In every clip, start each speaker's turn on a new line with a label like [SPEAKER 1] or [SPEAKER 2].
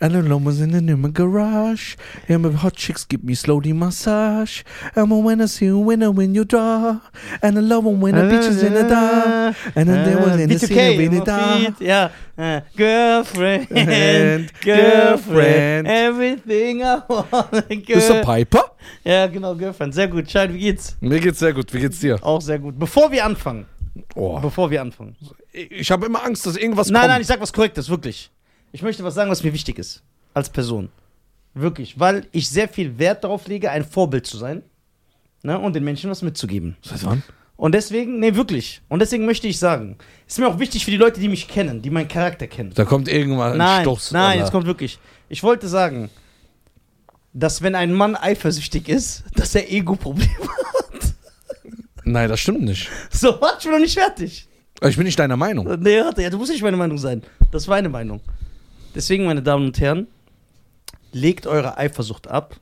[SPEAKER 1] And alone was in in my garage. And my hot chicks give me slowly massage. And when I see you when I win you draw. And I love when the beaches in the dark. And then there
[SPEAKER 2] Uh,
[SPEAKER 1] was in the scene in the dark.
[SPEAKER 2] Ja. Äh, Girlfriend,
[SPEAKER 1] And
[SPEAKER 2] girlfriend,
[SPEAKER 1] girlfriend.
[SPEAKER 2] everything I want.
[SPEAKER 1] Mr. Piper?
[SPEAKER 2] Ja, genau, Girlfriend. Sehr gut. Schein, wie geht's?
[SPEAKER 1] Mir geht's sehr gut. Wie geht's dir?
[SPEAKER 2] Auch sehr gut. Bevor wir anfangen,
[SPEAKER 1] Oh,
[SPEAKER 2] bevor wir anfangen.
[SPEAKER 1] ich habe immer Angst, dass irgendwas
[SPEAKER 2] Nein,
[SPEAKER 1] kommt.
[SPEAKER 2] nein, ich sag was Korrektes, wirklich. Ich möchte was sagen, was mir wichtig ist. Als Person. Wirklich. Weil ich sehr viel Wert darauf lege, ein Vorbild zu sein. Ne, und den Menschen was mitzugeben.
[SPEAKER 1] Seit wann?
[SPEAKER 2] Und deswegen, nee, wirklich. Und deswegen möchte ich sagen, ist mir auch wichtig für die Leute, die mich kennen, die meinen Charakter kennen.
[SPEAKER 1] Da kommt irgendwann ein
[SPEAKER 2] Nein,
[SPEAKER 1] Stoß.
[SPEAKER 2] nein,
[SPEAKER 1] Alter.
[SPEAKER 2] jetzt kommt wirklich. Ich wollte sagen, dass wenn ein Mann eifersüchtig ist, dass er Ego-Probleme hat.
[SPEAKER 1] Nein, das stimmt nicht. Also
[SPEAKER 2] So, warte, ich bin noch nicht fertig.
[SPEAKER 1] Ich bin nicht deiner Meinung.
[SPEAKER 2] Nee, warte, ja, du musst nicht meine Meinung sein. Das war eine Meinung. Deswegen, meine Damen und Herren, legt eure Eifersucht ab,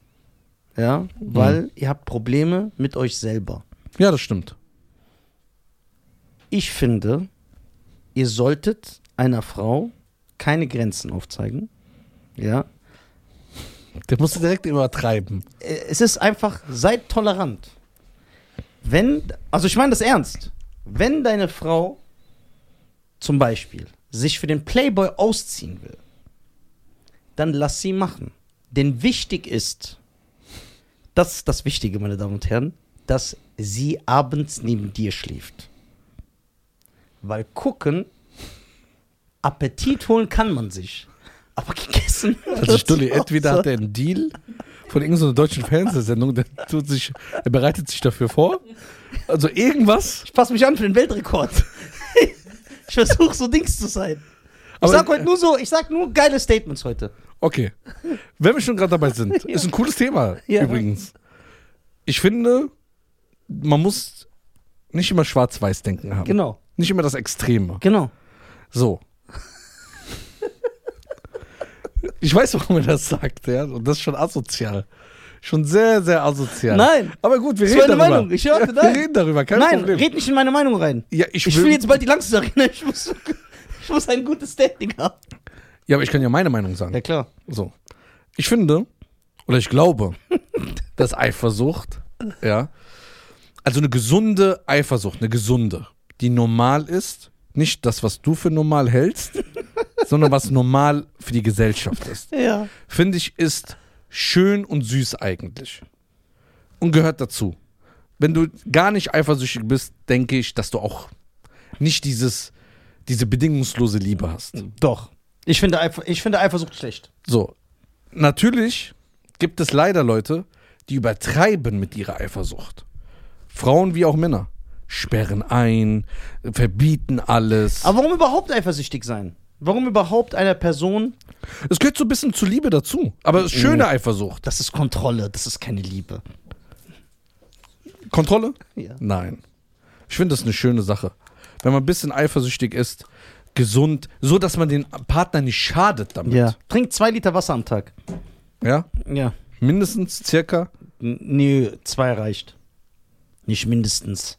[SPEAKER 2] ja, weil
[SPEAKER 1] Mhm.
[SPEAKER 2] ihr habt Probleme mit euch selber.
[SPEAKER 1] Ja, das stimmt.
[SPEAKER 2] Ich finde, ihr solltet einer Frau keine Grenzen aufzeigen. Ja.
[SPEAKER 1] Der musst du direkt übertreiben.
[SPEAKER 2] Äh, Es ist einfach, seid tolerant. Wenn, also ich meine das ernst. Wenn deine Frau zum Beispiel sich für den Playboy ausziehen will, dann lass sie machen. Denn wichtig ist, das ist das Wichtige, meine Damen und Herren, dass sie abends neben dir schläft. Weil gucken, Appetit holen kann man sich. Aber gegessen.
[SPEAKER 1] Also
[SPEAKER 2] wird's
[SPEAKER 1] Stulli, entweder
[SPEAKER 2] außer-
[SPEAKER 1] hat er einen Deal von irgendeiner deutschen Fernsehsendung, der tut sich, er bereitet sich dafür vor. Also irgendwas.
[SPEAKER 2] Ich passe mich an für den Weltrekord. ich versuche so Dings zu sein. Ich
[SPEAKER 1] Aber-
[SPEAKER 2] sag heute nur so, ich sag nur geile Statements heute.
[SPEAKER 1] Okay. Wenn wir schon gerade dabei sind, ist ein cooles Thema
[SPEAKER 2] Ja.
[SPEAKER 1] übrigens. Ich finde, man muss nicht immer schwarz-weiß denken haben.
[SPEAKER 2] Genau,
[SPEAKER 1] Nicht immer das Extreme.
[SPEAKER 2] genau.
[SPEAKER 1] So. Ich weiß, warum er das sagt, ja. Und das ist schon asozial. Schon sehr, sehr asozial.
[SPEAKER 2] Nein.
[SPEAKER 1] Aber gut, wir
[SPEAKER 2] Das
[SPEAKER 1] reden
[SPEAKER 2] ist meine
[SPEAKER 1] darüber.
[SPEAKER 2] Meinung. Ich hörte,
[SPEAKER 1] ja,
[SPEAKER 2] nein.
[SPEAKER 1] wir reden darüber, kein
[SPEAKER 2] Nein,
[SPEAKER 1] Problem.
[SPEAKER 2] red nicht in meine Meinung rein.
[SPEAKER 1] ja, ich,
[SPEAKER 2] Ich will jetzt bald die Langste Arena. Ich muss, ich muss ein gutes Statement haben.
[SPEAKER 1] ja, aber ich kann ja meine Meinung sagen.
[SPEAKER 2] Ja, klar.
[SPEAKER 1] So. Ich finde, oder ich glaube, dass Eifersucht, ja, also eine gesunde Eifersucht, eine gesunde, die normal ist, nicht das, was du für normal hältst, sondern was normal für die Gesellschaft ist.
[SPEAKER 2] Ja.
[SPEAKER 1] finde ich, ist schön und süß eigentlich. Und gehört dazu. Wenn du gar nicht eifersüchtig bist, denke ich, dass du auch nicht dieses, diese bedingungslose Liebe hast.
[SPEAKER 2] Doch. Ich finde, Eifer, ich finde Eifersucht schlecht.
[SPEAKER 1] So. Natürlich gibt es leider Leute, die übertreiben mit ihrer Eifersucht. Frauen wie auch Männer. Sperren ein, verbieten alles.
[SPEAKER 2] Aber warum überhaupt eifersüchtig sein? Warum überhaupt einer Person?
[SPEAKER 1] es gehört so ein bisschen zur Liebe dazu. Aber es ist schöne Eifersucht.
[SPEAKER 2] Das ist Kontrolle, das ist keine Liebe.
[SPEAKER 1] Kontrolle?
[SPEAKER 2] Ja.
[SPEAKER 1] Nein. Ich finde das eine schöne Sache. Wenn man ein bisschen eifersüchtig ist, gesund, so dass man den Partner nicht schadet damit.
[SPEAKER 2] ja. Trink zwei Liter Wasser am Tag.
[SPEAKER 1] Ja?
[SPEAKER 2] Ja.
[SPEAKER 1] Mindestens circa.
[SPEAKER 2] N- Nö, zwei reicht. Nicht mindestens.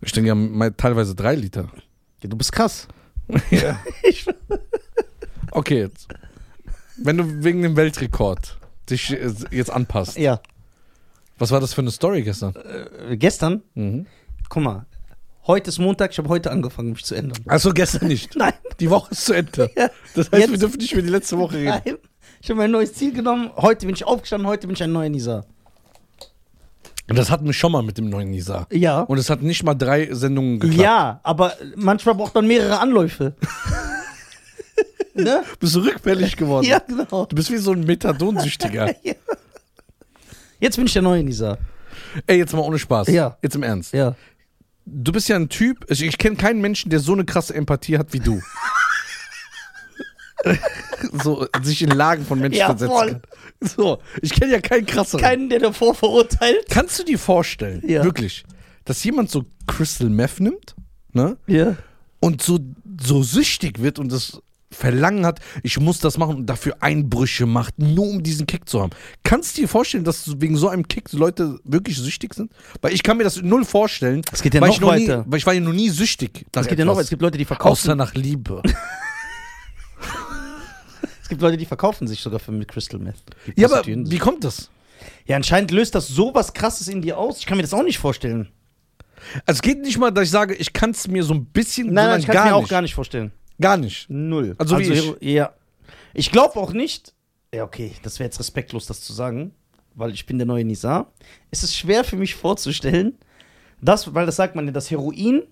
[SPEAKER 1] Ich denke ja mal teilweise drei Liter.
[SPEAKER 2] Ja, du bist krass.
[SPEAKER 1] ja.
[SPEAKER 2] Ich-
[SPEAKER 1] Okay, jetzt. Wenn du wegen dem Weltrekord dich äh, jetzt anpasst.
[SPEAKER 2] Ja.
[SPEAKER 1] Was war das für eine Story gestern?
[SPEAKER 2] Äh, gestern,
[SPEAKER 1] Mhm.
[SPEAKER 2] guck mal, heute ist Montag, ich habe heute angefangen, mich zu ändern.
[SPEAKER 1] Achso, Also gestern nicht.
[SPEAKER 2] Nein,
[SPEAKER 1] Die Woche ist zu Ende.
[SPEAKER 2] Ja.
[SPEAKER 1] Das heißt, wir
[SPEAKER 2] Jetzt-
[SPEAKER 1] dürfen nicht über die letzte Woche reden.
[SPEAKER 2] nein. Ich habe mir ein neues Ziel genommen. Heute bin ich aufgestanden, heute bin ich ein neuer Nisa.
[SPEAKER 1] Und das hatten wir schon mal mit dem neuen Nisa.
[SPEAKER 2] Ja.
[SPEAKER 1] Und es hat nicht mal drei Sendungen geklappt.
[SPEAKER 2] ja, aber manchmal braucht man mehrere Anläufe. ne?
[SPEAKER 1] Bist du rückfällig geworden?
[SPEAKER 2] Ja, genau.
[SPEAKER 1] Du bist wie so ein Methadonsüchtiger.
[SPEAKER 2] Ja. Jetzt bin ich der neue Nisa.
[SPEAKER 1] Ey, jetzt mal ohne Spaß.
[SPEAKER 2] Ja.
[SPEAKER 1] Jetzt im Ernst.
[SPEAKER 2] Ja.
[SPEAKER 1] Du bist ja ein Typ, ich, ich kenne keinen Menschen, der so eine krasse Empathie hat wie du. so, sich in Lagen von Menschen
[SPEAKER 2] Ja,
[SPEAKER 1] versetzen
[SPEAKER 2] voll.
[SPEAKER 1] kann. So, ich kenne ja keinen krasseren.
[SPEAKER 2] Keinen, der davor verurteilt.
[SPEAKER 1] Kannst du dir vorstellen,
[SPEAKER 2] Ja.
[SPEAKER 1] wirklich, dass jemand so Crystal Meth nimmt, ne?
[SPEAKER 2] Ja.
[SPEAKER 1] und so, so süchtig wird und das Verlangen hat, ich muss das machen und dafür Einbrüche macht, nur um diesen Kick zu haben. Kannst du dir vorstellen, dass so- wegen so einem Kick Leute wirklich süchtig sind? Weil ich kann mir das null vorstellen.
[SPEAKER 2] Es geht ja
[SPEAKER 1] weil
[SPEAKER 2] noch
[SPEAKER 1] ich noch
[SPEAKER 2] weiter.
[SPEAKER 1] Nie, weil ich war ja noch nie süchtig.
[SPEAKER 2] Es
[SPEAKER 1] nach
[SPEAKER 2] geht ja noch,
[SPEAKER 1] etwas.
[SPEAKER 2] es gibt Leute, die verkaufen.
[SPEAKER 1] Außer nach Liebe.
[SPEAKER 2] Es gibt Leute, die verkaufen sich sogar für mit Crystal Meth. Die
[SPEAKER 1] Ja, aber
[SPEAKER 2] prostituieren
[SPEAKER 1] wie
[SPEAKER 2] sich.
[SPEAKER 1] kommt das?
[SPEAKER 2] ja, anscheinend löst das sowas krasses in dir aus. Ich kann mir das auch nicht vorstellen.
[SPEAKER 1] Also es geht nicht mal, dass ich sage, ich kann es mir so ein bisschen,
[SPEAKER 2] Nein, nein,
[SPEAKER 1] sondern
[SPEAKER 2] ich kann es mir
[SPEAKER 1] gar,
[SPEAKER 2] auch
[SPEAKER 1] nicht.
[SPEAKER 2] gar nicht vorstellen.
[SPEAKER 1] gar nicht.
[SPEAKER 2] Null.
[SPEAKER 1] Also wie
[SPEAKER 2] Ja. Ich glaube auch nicht. Ja, okay, das wäre jetzt respektlos, das zu sagen, weil ich bin der neue Nizar. Es ist schwer für mich vorzustellen, dass, weil das sagt man ja, das Heroin,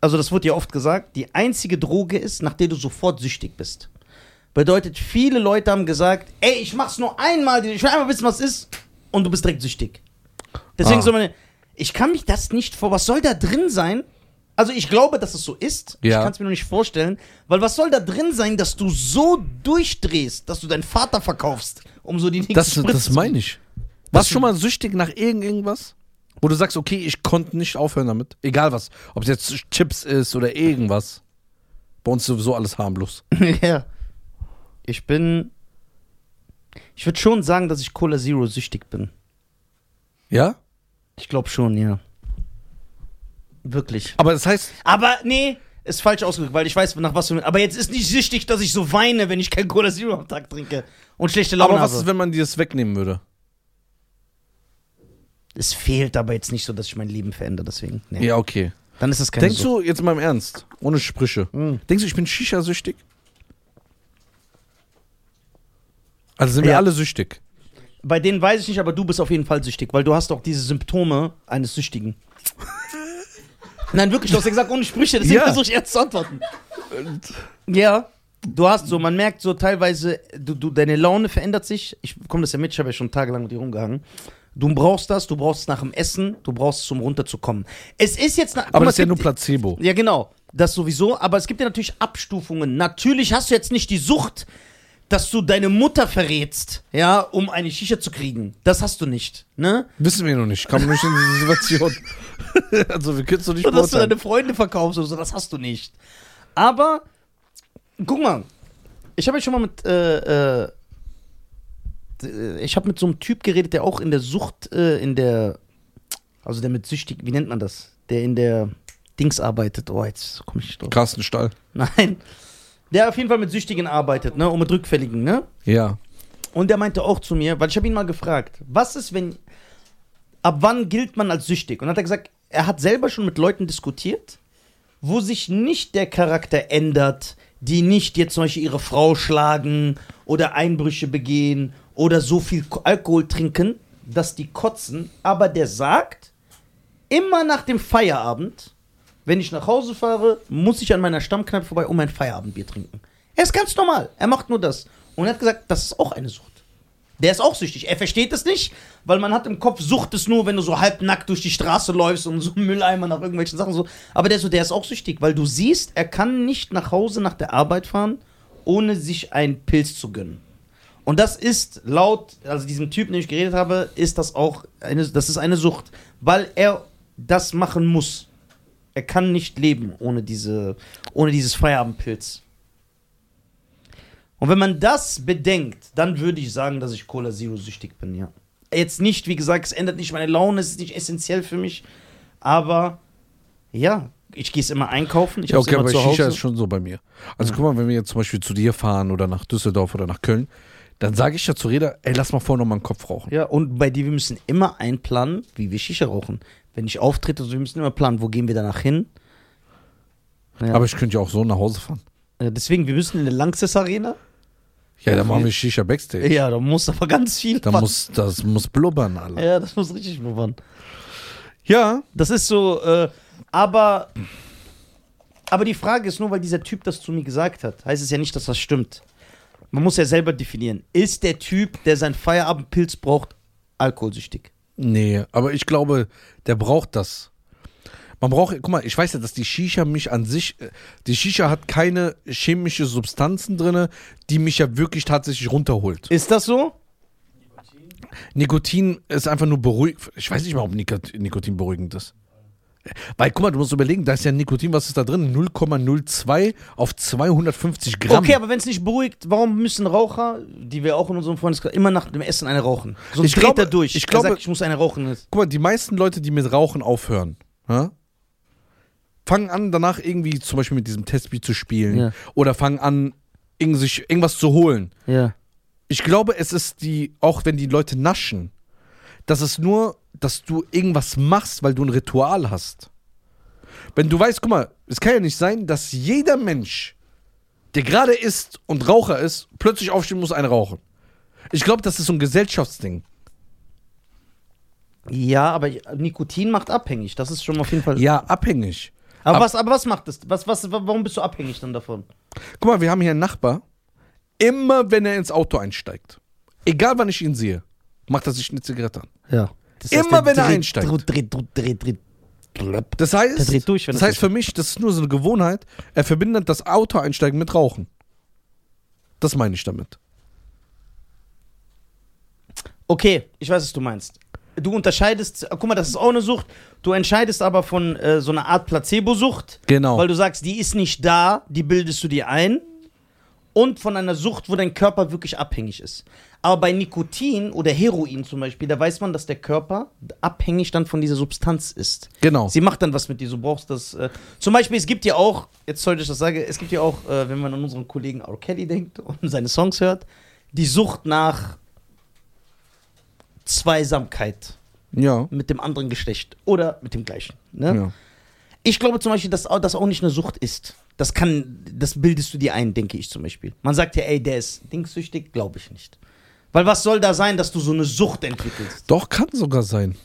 [SPEAKER 2] also das wird ja oft gesagt, die einzige Droge ist, nach der du sofort süchtig bist. Bedeutet, viele Leute haben gesagt, ey, ich mach's nur einmal, ich will einmal wissen, was ist, und du bist direkt süchtig. Deswegen
[SPEAKER 1] Ah.
[SPEAKER 2] so meine, ich kann mich das nicht vor, was soll da drin sein? Also ich glaube, dass es so ist.
[SPEAKER 1] Ja.
[SPEAKER 2] Ich kann es mir noch nicht vorstellen, weil was soll da drin sein, dass du so durchdrehst, dass du deinen Vater verkaufst, um so die nächste
[SPEAKER 1] Das,
[SPEAKER 2] Spritze
[SPEAKER 1] das
[SPEAKER 2] zu-
[SPEAKER 1] meine ich. Warst du schon mal süchtig nach irgend irgendwas? Wo du sagst, okay, ich konnte nicht aufhören damit. Egal was. Ob es jetzt Chips ist oder irgendwas. Bei uns sowieso alles harmlos.
[SPEAKER 2] ja. Ich bin. Ich würde schon sagen, dass ich Cola Zero süchtig bin.
[SPEAKER 1] Ja?
[SPEAKER 2] Ich glaube schon, ja. Wirklich.
[SPEAKER 1] Aber das heißt,
[SPEAKER 2] Aber nee, ist falsch ausgedrückt, weil ich weiß, nach was du. Aber jetzt ist nicht süchtig, dass ich so weine, wenn ich kein Cola Zero am Tag trinke und schlechte Laune
[SPEAKER 1] aber was ist,
[SPEAKER 2] habe.
[SPEAKER 1] wenn man dir das wegnehmen würde?
[SPEAKER 2] Es fehlt aber jetzt nicht so, dass ich mein Leben verändere, deswegen. Nee.
[SPEAKER 1] Ja, okay.
[SPEAKER 2] Dann ist es kein
[SPEAKER 1] Denkst du, jetzt mal im Ernst, ohne Sprüche,
[SPEAKER 2] Hm.
[SPEAKER 1] denkst du, ich bin Shisha-süchtig? Also sind wir
[SPEAKER 2] Ja.
[SPEAKER 1] alle süchtig.
[SPEAKER 2] Bei denen weiß ich nicht, aber du bist auf jeden Fall süchtig, weil du hast auch diese Symptome eines Süchtigen. Nein, wirklich, du hast ja gesagt, ohne Sprüche, deswegen
[SPEAKER 1] Ja.
[SPEAKER 2] versuche ich erst zu antworten. Ja. Du hast so, man merkt so teilweise, du, du, deine Laune verändert sich. Ich komme das ja mit, ich habe ja schon tagelang mit dir rumgehangen. Du brauchst das, du brauchst es nach dem Essen, du brauchst es, um runterzukommen. Es ist jetzt. na- guck
[SPEAKER 1] Aber
[SPEAKER 2] mal,
[SPEAKER 1] das ist ja
[SPEAKER 2] es
[SPEAKER 1] nur
[SPEAKER 2] gibt-
[SPEAKER 1] Placebo.
[SPEAKER 2] ja, genau. Das sowieso. Aber es gibt ja natürlich Abstufungen. Natürlich hast du jetzt nicht die Sucht, dass du deine Mutter verrätst, ja, um eine Shisha zu kriegen. Das hast du nicht, ne?
[SPEAKER 1] Wissen wir noch nicht. Kam noch nicht in diese Situation. also wir können es doch nicht
[SPEAKER 2] Oder dass du
[SPEAKER 1] beurteilen.
[SPEAKER 2] deine Freunde verkaufst oder so. Das hast du nicht. Aber, guck mal. Ich habe ja schon mal mit, äh, äh, d- ich habe mit so einem Typ geredet, der auch in der Sucht, äh, in der, also der mit süchtig, wie nennt man das? Der in der Dings arbeitet. Oh, jetzt komme ich nicht drauf.
[SPEAKER 1] Carsten Stahl.
[SPEAKER 2] Nein. Der auf jeden Fall mit Süchtigen arbeitet, ne? Und mit Rückfälligen, ne?
[SPEAKER 1] Ja.
[SPEAKER 2] Und der meinte auch zu mir, weil ich habe ihn mal gefragt, was ist, wenn. Ab wann gilt man als süchtig? Und hat er gesagt, er hat selber schon mit Leuten diskutiert, wo sich nicht der Charakter ändert, die nicht jetzt zum Beispiel ihre Frau schlagen oder Einbrüche begehen oder so viel Ko- Alkohol trinken, dass die kotzen. Aber der sagt, immer nach dem Feierabend, wenn ich nach Hause fahre, muss ich an meiner Stammkneipe vorbei und mein Feierabendbier trinken. Er ist ganz normal. Er macht nur das. Und er hat gesagt, das ist auch eine Sucht. Der ist auch süchtig. Er versteht es nicht, weil man hat im Kopf, Sucht ist nur, wenn du so halbnackt durch die Straße läufst und so Mülleimer nach irgendwelchen Sachen so. Aber der, ist so, der ist auch süchtig, weil du siehst, er kann nicht nach Hause nach der Arbeit fahren, ohne sich einen Pilz zu gönnen. Und das ist laut, also diesem Typen, den ich geredet habe, ist das auch eine, das ist eine Sucht, weil er das machen muss. Er kann nicht leben ohne, diese, ohne dieses Feierabendpilz. Und wenn man das bedenkt, dann würde ich sagen, dass ich Cola Zero süchtig bin, ja. Jetzt nicht, wie gesagt, es ändert nicht meine Laune, es ist nicht essentiell für mich, aber ja, ich gehe es immer einkaufen, ich
[SPEAKER 1] Ja,
[SPEAKER 2] habe es
[SPEAKER 1] okay,
[SPEAKER 2] immer
[SPEAKER 1] aber
[SPEAKER 2] zu
[SPEAKER 1] Shisha
[SPEAKER 2] Hause.
[SPEAKER 1] ist schon so bei mir. Also guck mal, wenn wir jetzt zum Beispiel zu dir fahren oder nach Düsseldorf oder nach Köln, dann sage ich ja zu Reda, ey, lass mal vorher noch mal einen Kopf rauchen.
[SPEAKER 2] Ja, und bei dir, wir müssen immer einplanen, wie wir Shisha rauchen. Wenn ich auftrete, also wir müssen immer planen, wo gehen wir danach hin. Ja.
[SPEAKER 1] Aber ich könnte ja auch so nach Hause fahren.
[SPEAKER 2] Äh, Deswegen, wir müssen in der Lanxess Arena.
[SPEAKER 1] Ja,
[SPEAKER 2] Ja,
[SPEAKER 1] dann machen
[SPEAKER 2] wir-
[SPEAKER 1] wir Shisha Backstage.
[SPEAKER 2] Ja, da muss aber ganz viel
[SPEAKER 1] Da
[SPEAKER 2] passen.
[SPEAKER 1] muss, das muss blubbern, Alter.
[SPEAKER 2] Ja, das muss richtig blubbern.
[SPEAKER 1] Ja.
[SPEAKER 2] Das ist so, äh, aber. Aber die Frage ist nur, weil dieser Typ das zu mir gesagt hat, heißt es ja nicht, dass das stimmt. Man muss ja selber definieren. Ist der Typ, der seinen Feierabendpilz braucht, alkoholsüchtig?
[SPEAKER 1] Nee, aber ich glaube, der braucht das. Man braucht, guck mal, ich weiß ja, dass die Shisha mich an sich, äh, die Shisha hat keine chemische Substanzen drin, die mich ja wirklich tatsächlich runterholt.
[SPEAKER 2] Ist das so?
[SPEAKER 1] Nikotin ist einfach nur beruhigt. Ich weiß nicht mal, ob Nikot- Nikotin beruhigend ist. Weil, guck mal, du musst überlegen, da ist ja Nikotin, was ist da drin? 0,02 auf 250 Gramm.
[SPEAKER 2] Okay, aber wenn es nicht beruhigt, warum müssen Raucher, die wir auch in unserem Freundeskreis, immer nach dem Essen eine rauchen? Sonst
[SPEAKER 1] Ich
[SPEAKER 2] dreht
[SPEAKER 1] glaube-
[SPEAKER 2] er durch.
[SPEAKER 1] ich
[SPEAKER 2] Er
[SPEAKER 1] glaube-
[SPEAKER 2] sagt, ich muss eine rauchen.
[SPEAKER 1] guck mal, die meisten Leute, die mit Rauchen aufhören, ja, fangen an, danach irgendwie zum Beispiel mit diesem Testbeat zu spielen
[SPEAKER 2] Ja.
[SPEAKER 1] oder fangen an, irgend- sich irgendwas zu holen.
[SPEAKER 2] Ja.
[SPEAKER 1] Ich glaube, es ist die, auch wenn die Leute naschen, das ist nur, dass du irgendwas machst, weil du ein Ritual hast. Wenn du weißt, guck mal, es kann ja nicht sein, dass jeder Mensch, der gerade isst und Raucher ist, plötzlich aufstehen muss, einen rauchen. Ich glaube, das ist so ein Gesellschaftsding.
[SPEAKER 2] Ja, aber Nikotin macht abhängig. Das ist schon mal auf jeden Fall.
[SPEAKER 1] Ja, abhängig.
[SPEAKER 2] aber,
[SPEAKER 1] ab-
[SPEAKER 2] was, aber was macht das? Was, was, wa- warum bist du abhängig dann davon?
[SPEAKER 1] Guck mal, wir haben hier einen Nachbar. Immer wenn er ins Auto einsteigt, egal wann ich ihn sehe, macht er sich eine Zigarette an.
[SPEAKER 2] Ja.
[SPEAKER 1] Immer wenn er einsteigt.
[SPEAKER 2] Dreht, dreht, dreht, dreht, dreht. Blöpp.
[SPEAKER 1] Das heißt,
[SPEAKER 2] Der dreht durch, wenn
[SPEAKER 1] das
[SPEAKER 2] er
[SPEAKER 1] heißt für mich, das ist nur so eine Gewohnheit. Er verbindet das Auto einsteigen mit Rauchen. Das meine ich damit.
[SPEAKER 2] Okay, ich weiß, was du meinst. Du unterscheidest, guck mal, das ist auch eine Sucht. Du entscheidest aber von äh, so einer Art Placebo-Sucht,
[SPEAKER 1] Genau.
[SPEAKER 2] weil du sagst, die ist nicht da, die bildest du dir ein. Und von einer Sucht, wo dein Körper wirklich abhängig ist. Aber bei Nikotin oder Heroin zum Beispiel, da weiß man, dass der Körper abhängig dann von dieser Substanz ist.
[SPEAKER 1] genau.
[SPEAKER 2] Sie macht dann was mit dir. Du brauchst das. Äh, zum Beispiel, es gibt ja auch, jetzt sollte ich das sagen, es gibt ja auch, äh, wenn man an unseren Kollegen R. Kelly denkt und seine Songs hört, die Sucht nach Zweisamkeit
[SPEAKER 1] ja.
[SPEAKER 2] mit dem anderen Geschlecht oder mit dem gleichen. Ne?
[SPEAKER 1] ja.
[SPEAKER 2] Ich glaube zum Beispiel, dass auch- das auch nicht eine Sucht ist. Das kann, das bildest du dir ein, denke ich zum Beispiel. Man sagt ja, ey, der ist dingsüchtig, glaube ich nicht. Weil was soll da sein, dass du so eine Sucht entwickelst?
[SPEAKER 1] Doch, kann sogar sein.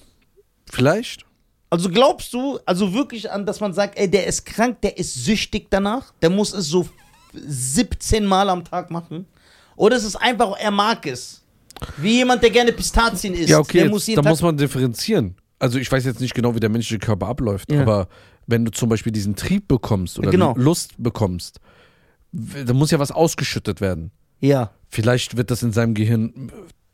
[SPEAKER 1] Vielleicht.
[SPEAKER 2] Also glaubst du also wirklich an, dass man sagt, ey, der ist krank, der ist süchtig danach, der muss es so 17 Mal am Tag machen? Oder ist es einfach, er mag es? Wie jemand, der gerne Pistazien isst.
[SPEAKER 1] ja, okay.
[SPEAKER 2] der
[SPEAKER 1] Jetzt,
[SPEAKER 2] muss jeden
[SPEAKER 1] da
[SPEAKER 2] Tag
[SPEAKER 1] muss man differenzieren. Also ich weiß jetzt nicht genau, wie der menschliche Körper abläuft,
[SPEAKER 2] Ja.
[SPEAKER 1] aber wenn du zum Beispiel diesen Trieb bekommst oder
[SPEAKER 2] Genau.
[SPEAKER 1] Lust bekommst, w- da muss ja was ausgeschüttet werden.
[SPEAKER 2] ja.
[SPEAKER 1] Vielleicht wird das in seinem Gehirn äh,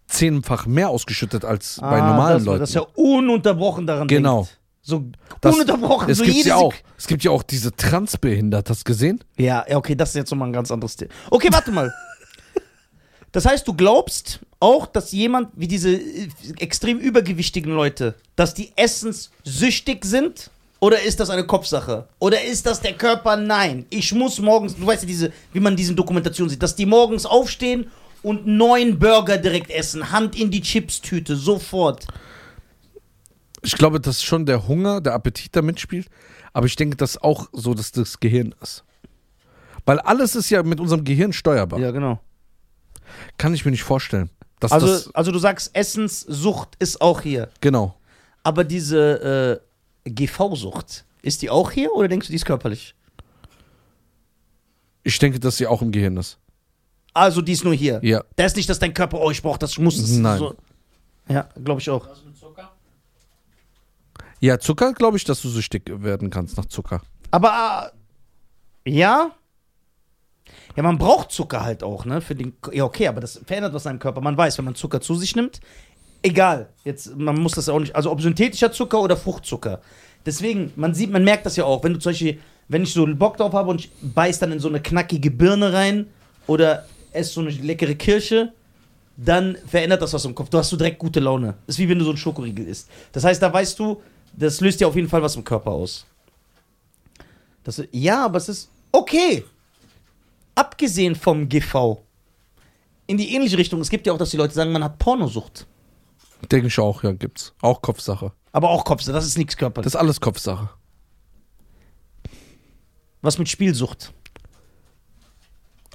[SPEAKER 1] zehnfach mehr ausgeschüttet als bei
[SPEAKER 2] Ah,
[SPEAKER 1] normalen
[SPEAKER 2] dass,
[SPEAKER 1] Leuten.
[SPEAKER 2] Dass er ununterbrochen daran
[SPEAKER 1] Genau.
[SPEAKER 2] denkt. So
[SPEAKER 1] Das-
[SPEAKER 2] ununterbrochen.
[SPEAKER 1] Es
[SPEAKER 2] so
[SPEAKER 1] gibt
[SPEAKER 2] jede
[SPEAKER 1] ja auch.
[SPEAKER 2] Sek-
[SPEAKER 1] Es gibt ja auch diese Transbehindert, hast du gesehen?
[SPEAKER 2] Ja, ja, okay, das ist jetzt nochmal ein ganz anderes Thema. Okay, warte mal. Das heißt, du glaubst auch, dass jemand wie diese äh, extrem übergewichtigen Leute, dass die essenssüchtig sind? Oder ist das eine Kopfsache? Oder ist das der Körper? Nein. Ich muss morgens, du weißt ja, diese, wie man diese Dokumentation sieht, dass die morgens aufstehen und neun Burger direkt essen. Hand in die Chipstüte, sofort.
[SPEAKER 1] Ich glaube, dass schon der Hunger, der Appetit da mitspielt. Aber ich denke, dass auch so, dass das Gehirn ist. Weil alles ist ja mit unserem Gehirn steuerbar.
[SPEAKER 2] genau.
[SPEAKER 1] Kann ich mir nicht vorstellen. Dass
[SPEAKER 2] Also,
[SPEAKER 1] das,
[SPEAKER 2] also du sagst, Essenssucht ist auch hier.
[SPEAKER 1] genau.
[SPEAKER 2] Aber diese äh, GV-Sucht, ist die auch hier oder denkst du, die ist körperlich?
[SPEAKER 1] Ich denke, dass sie auch im Gehirn ist.
[SPEAKER 2] Also die ist nur hier.
[SPEAKER 1] Ja.
[SPEAKER 2] Da ist nicht, dass dein Körper, oh, ich brauche das, ich muss es.
[SPEAKER 1] Nein.
[SPEAKER 2] Ja, glaube ich auch.
[SPEAKER 3] Was mit Zucker?
[SPEAKER 1] Ja, Zucker, glaube ich, dass du süchtig werden kannst nach Zucker.
[SPEAKER 2] Aber äh, ja. Ja, man braucht Zucker halt auch, ne? Für den, ja, okay, aber das verändert was an deinem Körper. Man weiß, wenn man Zucker zu sich nimmt, egal. Jetzt, man muss das auch nicht. Also ob synthetischer Zucker oder Fruchtzucker. Deswegen, man sieht, man merkt das ja auch. Wenn du zum Beispiel, wenn ich so Bock drauf habe und ich beiß dann in so eine knackige Birne rein oder esse so eine leckere Kirsche, dann verändert das was im Kopf. Du hast so direkt gute Laune. Ist wie wenn du so einen Schokoriegel isst. Das heißt, da weißt du, das löst dir auf jeden Fall was im Körper aus. Das, ja, aber es ist okay. Abgesehen vom GV. In die ähnliche Richtung. Es gibt ja auch, dass die Leute sagen, man hat Pornosucht.
[SPEAKER 1] Denke ich auch, ja, gibt's. Auch Kopfsache.
[SPEAKER 2] Aber auch Kopfsache, das ist nichts körperlich.
[SPEAKER 1] Das ist alles Kopfsache.
[SPEAKER 2] Was mit Spielsucht.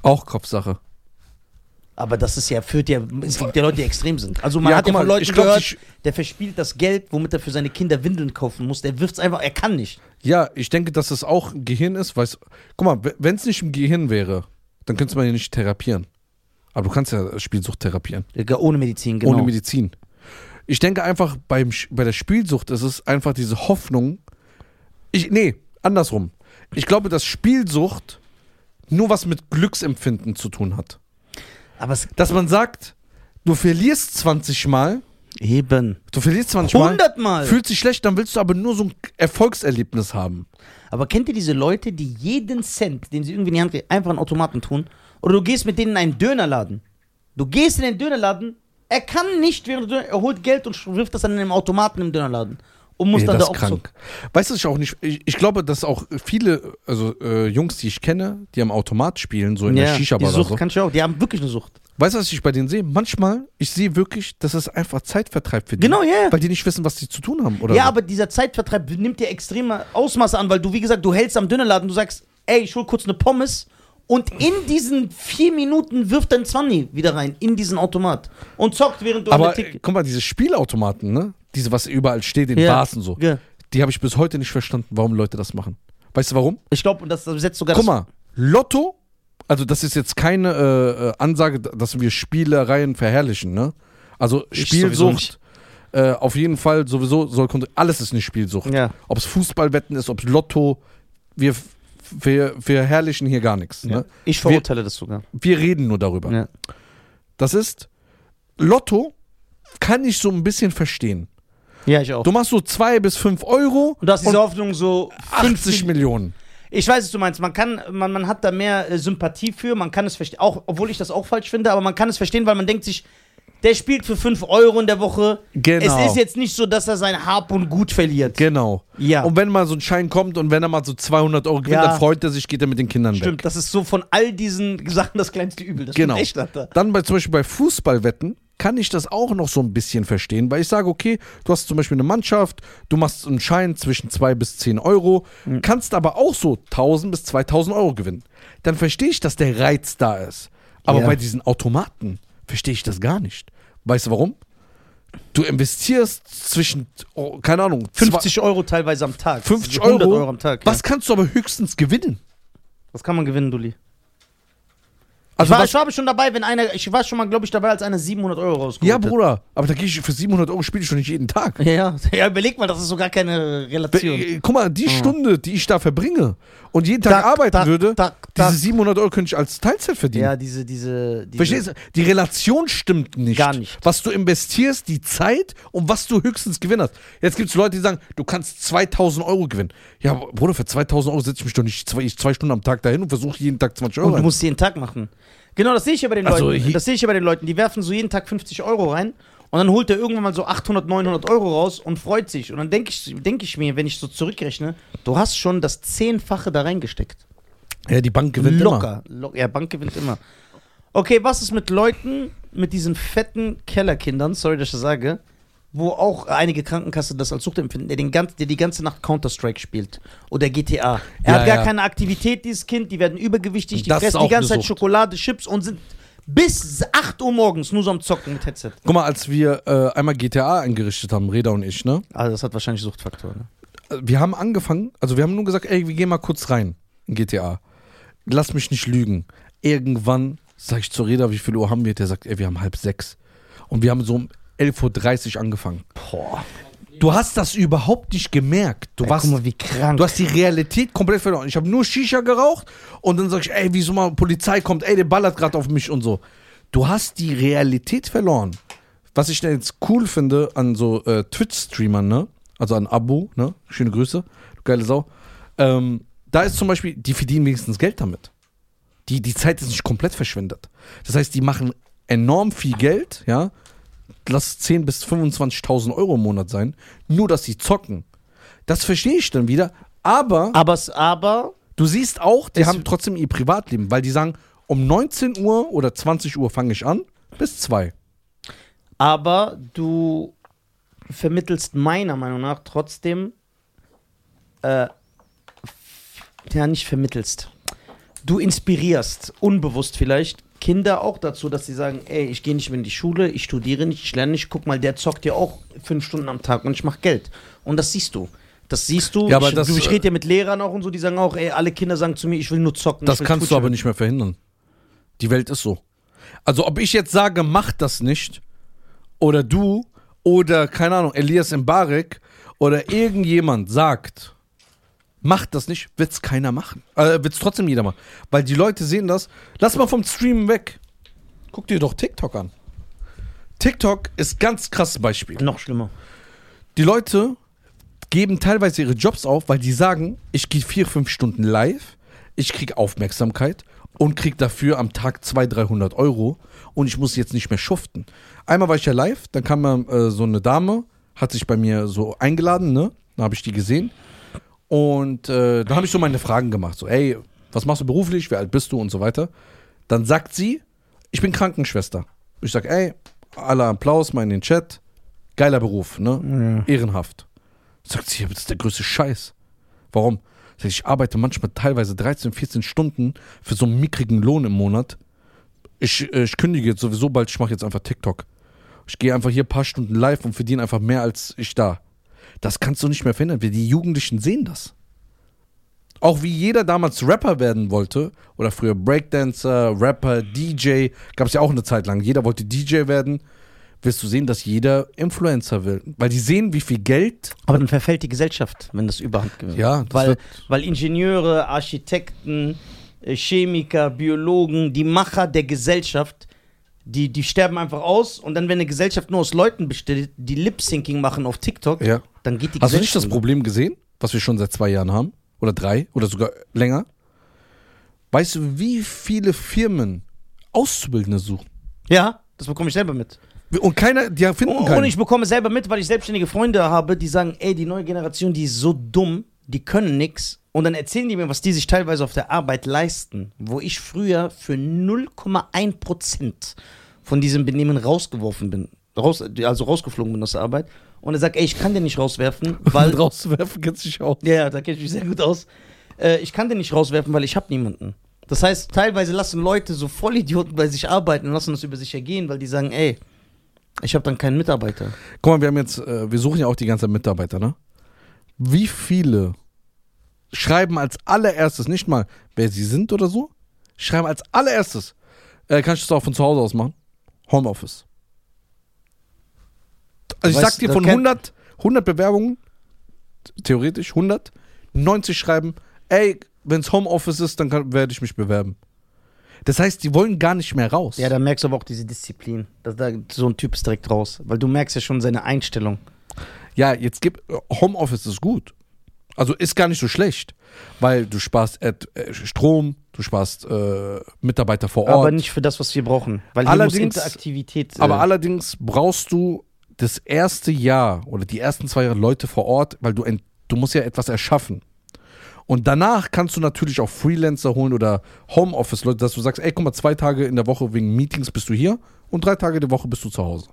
[SPEAKER 1] Auch Kopfsache.
[SPEAKER 2] Aber das ist ja, führt ja, es gibt ja Leute, die extrem sind. Also man
[SPEAKER 1] Ja,
[SPEAKER 2] hat ja
[SPEAKER 1] guck
[SPEAKER 2] von
[SPEAKER 1] mal,
[SPEAKER 2] Leuten
[SPEAKER 1] ich glaub,
[SPEAKER 2] gehört,
[SPEAKER 1] ich-
[SPEAKER 2] der verspielt das Geld, womit er für seine Kinder Windeln kaufen muss. Der wirft's einfach, er kann nicht.
[SPEAKER 1] Ja, ich denke, dass es auch im Gehirn ist, weil es- Guck mal, wenn es nicht im Gehirn wäre, dann könnte man ja nicht therapieren. Aber du kannst ja Spielsucht therapieren.
[SPEAKER 2] Ja, Ohne Medizin, genau.
[SPEAKER 1] Ohne Medizin. Ich denke einfach, beim, Sch- bei der Spielsucht ist es einfach diese Hoffnung. Ich, nee, andersrum. Ich glaube, dass Spielsucht nur was mit Glücksempfinden zu tun hat.
[SPEAKER 2] Aber es,
[SPEAKER 1] Dass man sagt, du verlierst 20 Mal,
[SPEAKER 2] eben.
[SPEAKER 1] du verlierst 20 Mal,
[SPEAKER 2] 100 Mal.
[SPEAKER 1] fühlst dich schlecht, dann willst du aber nur so ein Erfolgserlebnis haben.
[SPEAKER 2] Aber kennt ihr diese Leute, die jeden Cent, den sie irgendwie in die Hand kriegen, einfach in Automaten tun? Oder du gehst mit denen in einen Dönerladen. Du gehst in den Dönerladen, er kann nicht, während du, er holt Geld und wirft das dann in den Automaten im Dönerladen. und muss
[SPEAKER 1] Ey,
[SPEAKER 2] dann
[SPEAKER 1] das
[SPEAKER 2] da
[SPEAKER 1] ist
[SPEAKER 2] auch
[SPEAKER 1] krank. Weißt du, was ich auch nicht. Ich, ich glaube, dass auch viele, also äh, Jungs, die ich kenne, die am Automat spielen, so
[SPEAKER 2] so.
[SPEAKER 1] in
[SPEAKER 2] Ja,
[SPEAKER 1] der
[SPEAKER 2] die
[SPEAKER 1] Shisha-Bar oder
[SPEAKER 2] Sucht
[SPEAKER 1] so.
[SPEAKER 2] kannst du auch. Die haben wirklich eine Sucht.
[SPEAKER 1] Weißt du, was ich bei denen sehe? Manchmal, ich sehe wirklich, dass es einfach Zeitvertreib für die.
[SPEAKER 2] Genau, ja.
[SPEAKER 1] Weil die nicht wissen, was die zu tun haben, oder?
[SPEAKER 2] ja,
[SPEAKER 1] so.
[SPEAKER 2] aber dieser Zeitvertreib nimmt dir extreme Ausmaße an, weil du, wie gesagt, du hältst am Dönerladen, du sagst, ey, ich hol kurz eine Pommes und in diesen vier Minuten wirft dein 20 wieder rein, in diesen Automat und zockt, während du an der
[SPEAKER 1] aber äh,
[SPEAKER 2] Tick-
[SPEAKER 1] guck mal, diese Spielautomaten, ne? Diese, was überall steht, in
[SPEAKER 2] Ja.
[SPEAKER 1] Bars und so.
[SPEAKER 2] Ja.
[SPEAKER 1] Die habe ich bis heute nicht verstanden, warum Leute das machen. Weißt du warum?
[SPEAKER 2] Ich glaube, und das setzt sogar
[SPEAKER 1] Guck
[SPEAKER 2] das,
[SPEAKER 1] mal, Lotto, also das ist jetzt keine äh, äh, Ansage, dass wir Spielereien verherrlichen, ne? Also
[SPEAKER 2] Ich sowieso
[SPEAKER 1] Spielsucht,
[SPEAKER 2] nicht.
[SPEAKER 1] äh, auf jeden Fall sowieso soll kontro- alles ist eine Spielsucht.
[SPEAKER 2] Ja.
[SPEAKER 1] Ob es Fußballwetten ist, ob es Lotto, wir, f- wir, wir herrlichen hier gar nichts. Ne?
[SPEAKER 2] Ich verurteile das sogar.
[SPEAKER 1] Wir reden nur darüber.
[SPEAKER 2] Ja.
[SPEAKER 1] Das ist Lotto kann ich so ein bisschen verstehen.
[SPEAKER 2] ja, ich auch.
[SPEAKER 1] Du machst so 2 bis 5 Euro
[SPEAKER 2] und du hast diese Hoffnung so
[SPEAKER 1] 80 Millionen.
[SPEAKER 2] Ich weiß, was du meinst. Man kann, man, man hat da mehr äh, Sympathie für, man kann es verstehen, auch obwohl ich das auch falsch finde, aber man kann es verstehen, weil man denkt sich, der spielt für 5 Euro in der Woche.
[SPEAKER 1] Genau.
[SPEAKER 2] Es ist jetzt nicht so, dass er sein Hab und Gut verliert.
[SPEAKER 1] Genau.
[SPEAKER 2] Ja.
[SPEAKER 1] Und wenn mal so ein Schein kommt und wenn er mal so 200 Euro gewinnt,
[SPEAKER 2] Ja.
[SPEAKER 1] dann freut er sich, geht er mit den Kindern
[SPEAKER 2] Stimmt, das ist so von all diesen Sachen das kleinste Übel. Das
[SPEAKER 1] weg. Genau.
[SPEAKER 2] stimmt echt, Alter.
[SPEAKER 1] Dann bei, zum Beispiel bei Fußballwetten kann ich das auch noch so ein bisschen verstehen, weil ich sage, okay, du hast zum Beispiel eine Mannschaft, du machst einen Schein zwischen 2 bis 10 Euro,
[SPEAKER 2] Mhm.
[SPEAKER 1] kannst aber auch so 1000 bis 2000 Euro gewinnen. Dann verstehe ich, dass der Reiz da ist. Aber
[SPEAKER 2] Ja.
[SPEAKER 1] bei diesen Automaten verstehe ich das gar nicht. Weißt du warum? Du investierst zwischen, oh, keine Ahnung,
[SPEAKER 2] 50 Euro teilweise am Tag.
[SPEAKER 1] 50
[SPEAKER 2] Also 100
[SPEAKER 1] Euro?
[SPEAKER 2] am Tag.
[SPEAKER 1] Was
[SPEAKER 2] Ja.
[SPEAKER 1] kannst du aber höchstens gewinnen?
[SPEAKER 2] was kann man gewinnen, Dulli?
[SPEAKER 1] Also
[SPEAKER 2] ich, war,
[SPEAKER 1] was,
[SPEAKER 2] ich war aber schon dabei, wenn einer, ich war schon mal, glaube ich, dabei, als einer 700 Euro rausgeholt
[SPEAKER 1] ja,
[SPEAKER 2] hat.
[SPEAKER 1] Bruder, aber da gehe ich für 700 Euro spiele ich schon nicht jeden Tag.
[SPEAKER 2] Ja, ja, überleg mal, das ist so gar keine Relation.
[SPEAKER 1] Äh, Guck mal, die Stunde, die ich da verbringe und jeden Tag
[SPEAKER 2] Ah. Tag,
[SPEAKER 1] arbeiten
[SPEAKER 2] Tag,
[SPEAKER 1] würde,
[SPEAKER 2] Tag,
[SPEAKER 1] diese
[SPEAKER 2] Tag.
[SPEAKER 1] 700 Euro könnte ich als Teilzeit verdienen.
[SPEAKER 2] ja, diese, diese, diese.
[SPEAKER 1] Verstehst du? Die Relation stimmt nicht.
[SPEAKER 2] Gar nicht.
[SPEAKER 1] Was du investierst, die Zeit und was du höchstens gewinnerst. Jetzt gibt es Leute, die sagen, du kannst 2000 Euro gewinnen. Ja, Bruder, für 2000 Euro setze ich mich doch nicht zwei, zwei Stunden am Tag dahin und versuche jeden Tag 20 Euro.
[SPEAKER 2] Und du
[SPEAKER 1] rein.
[SPEAKER 2] musst jeden Tag machen. Genau, das sehe ich ja bei den
[SPEAKER 1] Also
[SPEAKER 2] Leuten.
[SPEAKER 1] hier-
[SPEAKER 2] Das sehe ich ja bei den Leuten. Die werfen so jeden Tag 50 Euro rein und dann holt er irgendwann mal so 800, 900 Euro raus und freut sich. Und dann denke ich, denk ich mir, wenn ich so zurückrechne, du hast schon das Zehnfache da reingesteckt.
[SPEAKER 1] ja, die Bank gewinnt immer.
[SPEAKER 2] Locker. Locker. Ja, Bank gewinnt immer. Okay, was ist mit Leuten, mit diesen fetten Kellerkindern, sorry, dass ich das sage, wo auch einige Krankenkassen das als Sucht empfinden, der, den ganz, der die ganze Nacht Counter-Strike spielt oder GTA. Er
[SPEAKER 1] Ja,
[SPEAKER 2] hat gar
[SPEAKER 1] ja.
[SPEAKER 2] keine Aktivität, dieses Kind, die werden übergewichtig, die
[SPEAKER 1] Das ist
[SPEAKER 2] fressen
[SPEAKER 1] auch
[SPEAKER 2] die ganze
[SPEAKER 1] eine
[SPEAKER 2] Zeit
[SPEAKER 1] Sucht.
[SPEAKER 2] Schokolade, Chips und sind bis 8 Uhr morgens nur so am Zocken mit Headset.
[SPEAKER 1] Guck mal, als wir äh, einmal GTA eingerichtet haben, Reda und ich, ne?
[SPEAKER 2] Also das hat wahrscheinlich Suchtfaktor. Ne?
[SPEAKER 1] wir haben angefangen, also wir haben nur gesagt, ey, wir gehen mal kurz rein in GTA. Lass mich nicht lügen. Irgendwann sag ich zu Reda, wie viel Uhr haben wir? Der sagt, ey, wir haben halb sechs. Und wir haben so um 11.30 Uhr angefangen.
[SPEAKER 2] Boah.
[SPEAKER 1] Du hast das überhaupt nicht gemerkt. Du warst.
[SPEAKER 2] guck mal, wie krank.
[SPEAKER 1] Du hast die Realität komplett verloren. Ich habe nur Shisha geraucht und dann sag ich, ey, wieso mal Polizei kommt, ey, der ballert gerade auf mich und so. Du hast die Realität verloren. Was ich da jetzt cool finde an so äh, Twitch-Streamern, ne? Also an Abu, ne? Schöne Grüße, du geile Sau. Ähm, da ist zum Beispiel, die verdienen wenigstens Geld damit. Die, die Zeit ist nicht komplett verschwendet. Das heißt, die machen enorm viel Geld, ja? Lass 10.000 bis 25.000 Euro im Monat sein, nur dass sie zocken. Das verstehe ich dann wieder, aber
[SPEAKER 2] aber es aber
[SPEAKER 1] Du siehst auch, die
[SPEAKER 2] Es-
[SPEAKER 1] haben trotzdem ihr Privatleben, weil die sagen, um 19 Uhr oder 20 Uhr fange ich an, bis 2.
[SPEAKER 2] aber du vermittelst meiner Meinung nach trotzdem, äh, ja, nicht vermittelst. Du inspirierst, unbewusst vielleicht, Kinder auch dazu, dass sie sagen, ey, ich gehe nicht mehr in die Schule, ich studiere nicht, ich lerne nicht, guck mal, der zockt ja auch fünf Stunden am Tag und ich mache Geld. Und das siehst du. Das siehst du.
[SPEAKER 1] Ja, aber
[SPEAKER 2] ich,
[SPEAKER 1] das,
[SPEAKER 2] du, ich
[SPEAKER 1] äh,
[SPEAKER 2] rede ja mit Lehrern auch und so, die sagen auch, ey, alle Kinder sagen zu mir, ich will nur zocken. ich
[SPEAKER 1] Das
[SPEAKER 2] will
[SPEAKER 1] kannst du
[SPEAKER 2] Twitch
[SPEAKER 1] aber nicht mehr verhindern. Die Welt ist so. Also, ob ich jetzt sage, mach das nicht, oder du, oder keine Ahnung, Elias Mbarek, oder irgendjemand sagt, macht das nicht, wird es keiner machen. Äh, wird es trotzdem jeder machen. Weil die Leute sehen das. Lass mal vom Streamen weg. Guck dir doch TikTok an. TikTok ist ganz krasses Beispiel.
[SPEAKER 2] Noch schlimmer.
[SPEAKER 1] Die Leute geben teilweise ihre Jobs auf, weil die sagen, ich gehe vier, fünf Stunden live, ich kriege Aufmerksamkeit und kriege dafür am Tag 200, 300 Euro und ich muss jetzt nicht mehr schuften. Einmal war ich ja live, dann kam äh, so eine Dame, hat sich bei mir so eingeladen, ne? Da habe ich die gesehen. Und äh, dann habe ich so meine Fragen gemacht. So, ey, was machst du beruflich? Wie alt bist du? Und so weiter. Dann sagt sie, ich bin Krankenschwester. Ich sag, ey, alle Applaus mal in den Chat. Geiler Beruf, ne? Ehrenhaft. Sagt sie, aber das ist der größte Scheiß. Warum? Sagt sie, Ich arbeite manchmal teilweise 13, 14 Stunden für so einen mickrigen Lohn im Monat. Ich, äh, ich kündige jetzt sowieso bald, ich mache jetzt einfach TikTok. Ich gehe einfach hier ein paar Stunden live und verdiene einfach mehr als ich da. Das kannst du nicht mehr verhindern. Wir, die Jugendlichen sehen das. Auch wie jeder damals Rapper werden wollte, oder früher Breakdancer, Rapper, DJ, gab es ja auch eine Zeit lang. Jeder wollte DJ werden. Wirst du sehen, dass jeder Influencer will. Weil die sehen, wie viel Geld
[SPEAKER 2] Aber dann verfällt die Gesellschaft, wenn das überhand gewinnt.
[SPEAKER 1] Ja, das
[SPEAKER 2] weil,
[SPEAKER 1] wird-
[SPEAKER 2] weil Ingenieure, Architekten, äh, Chemiker, Biologen, die Macher der Gesellschaft, die, die sterben einfach aus. Und dann, wenn eine Gesellschaft nur aus Leuten besteht, die Lip-Syncing machen auf TikTok,
[SPEAKER 1] Ja.
[SPEAKER 2] dann geht die
[SPEAKER 1] Hast du nicht das
[SPEAKER 2] Gesellschaft.
[SPEAKER 1] Problem gesehen, was wir schon seit zwei Jahren haben? Oder drei? Oder sogar länger? Weißt du, wie viele Firmen Auszubildende suchen?
[SPEAKER 2] Ja, das bekomme ich selber mit.
[SPEAKER 1] Oh, Und keiner, die finden
[SPEAKER 2] Und,
[SPEAKER 1] keinen.
[SPEAKER 2] und ich bekomme selber mit, weil ich selbstständige Freunde habe, die sagen, ey, die neue Generation, die ist so dumm, die können nix. Und dann erzählen die mir, was die sich teilweise auf der Arbeit leisten, wo ich früher für 0,1% von diesem Benehmen rausgeworfen bin. Raus, also rausgeflogen bin aus der Arbeit. Und er sagt, ey, ich kann den nicht rauswerfen, weil
[SPEAKER 1] rauszuwerfen, kennst du dich auch.
[SPEAKER 2] ja, ja, da kenne ich mich sehr gut aus. Äh, ich kann den nicht rauswerfen, weil ich habe niemanden. Das heißt, teilweise lassen Leute so Vollidioten bei sich arbeiten und lassen das über sich ergehen, weil die sagen, ey, ich habe dann keinen Mitarbeiter.
[SPEAKER 1] Guck mal, wir haben jetzt, äh, wir suchen ja auch die ganze Zeit Mitarbeiter, ne? Wie viele schreiben als allererstes, nicht mal, wer sie sind oder so, schreiben als allererstes, äh, kannst du das auch von zu Hause aus machen? Homeoffice. Also ich
[SPEAKER 2] Weißt
[SPEAKER 1] sag dir,
[SPEAKER 2] du,
[SPEAKER 1] von
[SPEAKER 2] da kenn-
[SPEAKER 1] 100, 100 Bewerbungen, theoretisch 100, 90 schreiben, ey, wenn's Homeoffice ist, dann kann- werde ich mich bewerben. Das heißt, die wollen gar nicht mehr raus.
[SPEAKER 2] Ja, da merkst du aber auch diese Disziplin. Da, da, so ein Typ ist direkt raus. Weil du merkst ja schon seine Einstellung.
[SPEAKER 1] Ja, jetzt gibt Homeoffice ist gut. Also ist gar nicht so schlecht, weil du sparst Ad, äh, Strom, du sparst äh, Mitarbeiter vor Ort.
[SPEAKER 2] Aber nicht für das, was wir brauchen. Weil hier
[SPEAKER 1] Allerdings-
[SPEAKER 2] muss Interaktivität. äh,
[SPEAKER 1] Aber allerdings brauchst du das erste Jahr oder die ersten zwei Jahre Leute vor Ort, weil du, ent- du musst ja etwas erschaffen. Und danach kannst du natürlich auch Freelancer holen oder Homeoffice-Leute, dass du sagst, ey, guck mal, zwei Tage in der Woche wegen Meetings bist du hier und drei Tage die Woche bist du zu Hause.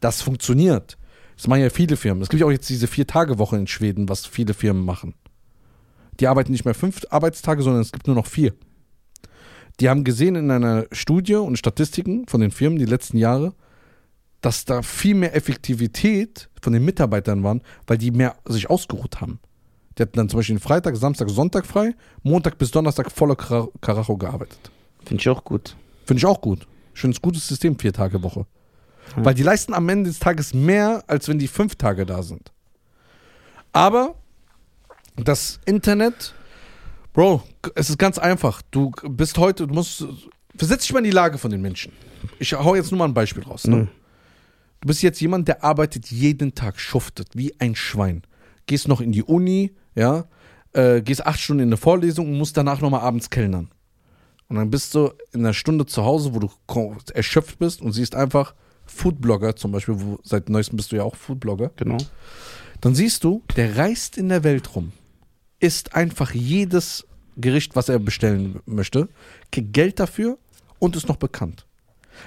[SPEAKER 1] Das funktioniert. Das machen ja viele Firmen. Es gibt ja auch jetzt diese Vier-Tage-Woche in Schweden, was viele Firmen machen. Die arbeiten nicht mehr fünf Arbeitstage, sondern es gibt nur noch vier. Die haben gesehen in einer Studie und Statistiken von den Firmen die letzten Jahre, dass da viel mehr Effektivität von den Mitarbeitern waren, weil die mehr sich ausgeruht haben. Die hatten dann zum Beispiel Freitag, Samstag, Sonntag frei, Montag bis Donnerstag voller Kara- Karacho gearbeitet.
[SPEAKER 2] Finde ich auch gut.
[SPEAKER 1] Finde ich auch gut. Schönes gutes System, vier Tage Woche. Weil die leisten am Ende des Tages mehr, als wenn die fünf Tage da sind. Aber das Internet, Bro, es ist ganz einfach. Du bist heute, du musst, versetz dich mal in die Lage von den Menschen. Ich hau jetzt nur mal ein Beispiel raus. Ne? Du bist jetzt jemand, der arbeitet jeden Tag, schuftet wie ein Schwein. Gehst noch in die Uni, ja, äh, gehst acht Stunden in eine Vorlesung und musst danach nochmal abends kellnern. Und dann bist du in einer Stunde zu Hause, wo du ko- erschöpft bist und siehst einfach Foodblogger zum Beispiel, wo, seit neuestem bist du ja auch Foodblogger.
[SPEAKER 2] Genau.
[SPEAKER 1] Dann siehst du, der reist in der Welt rum, isst einfach jedes Gericht, was er bestellen möchte, kriegt Geld dafür und ist noch bekannt.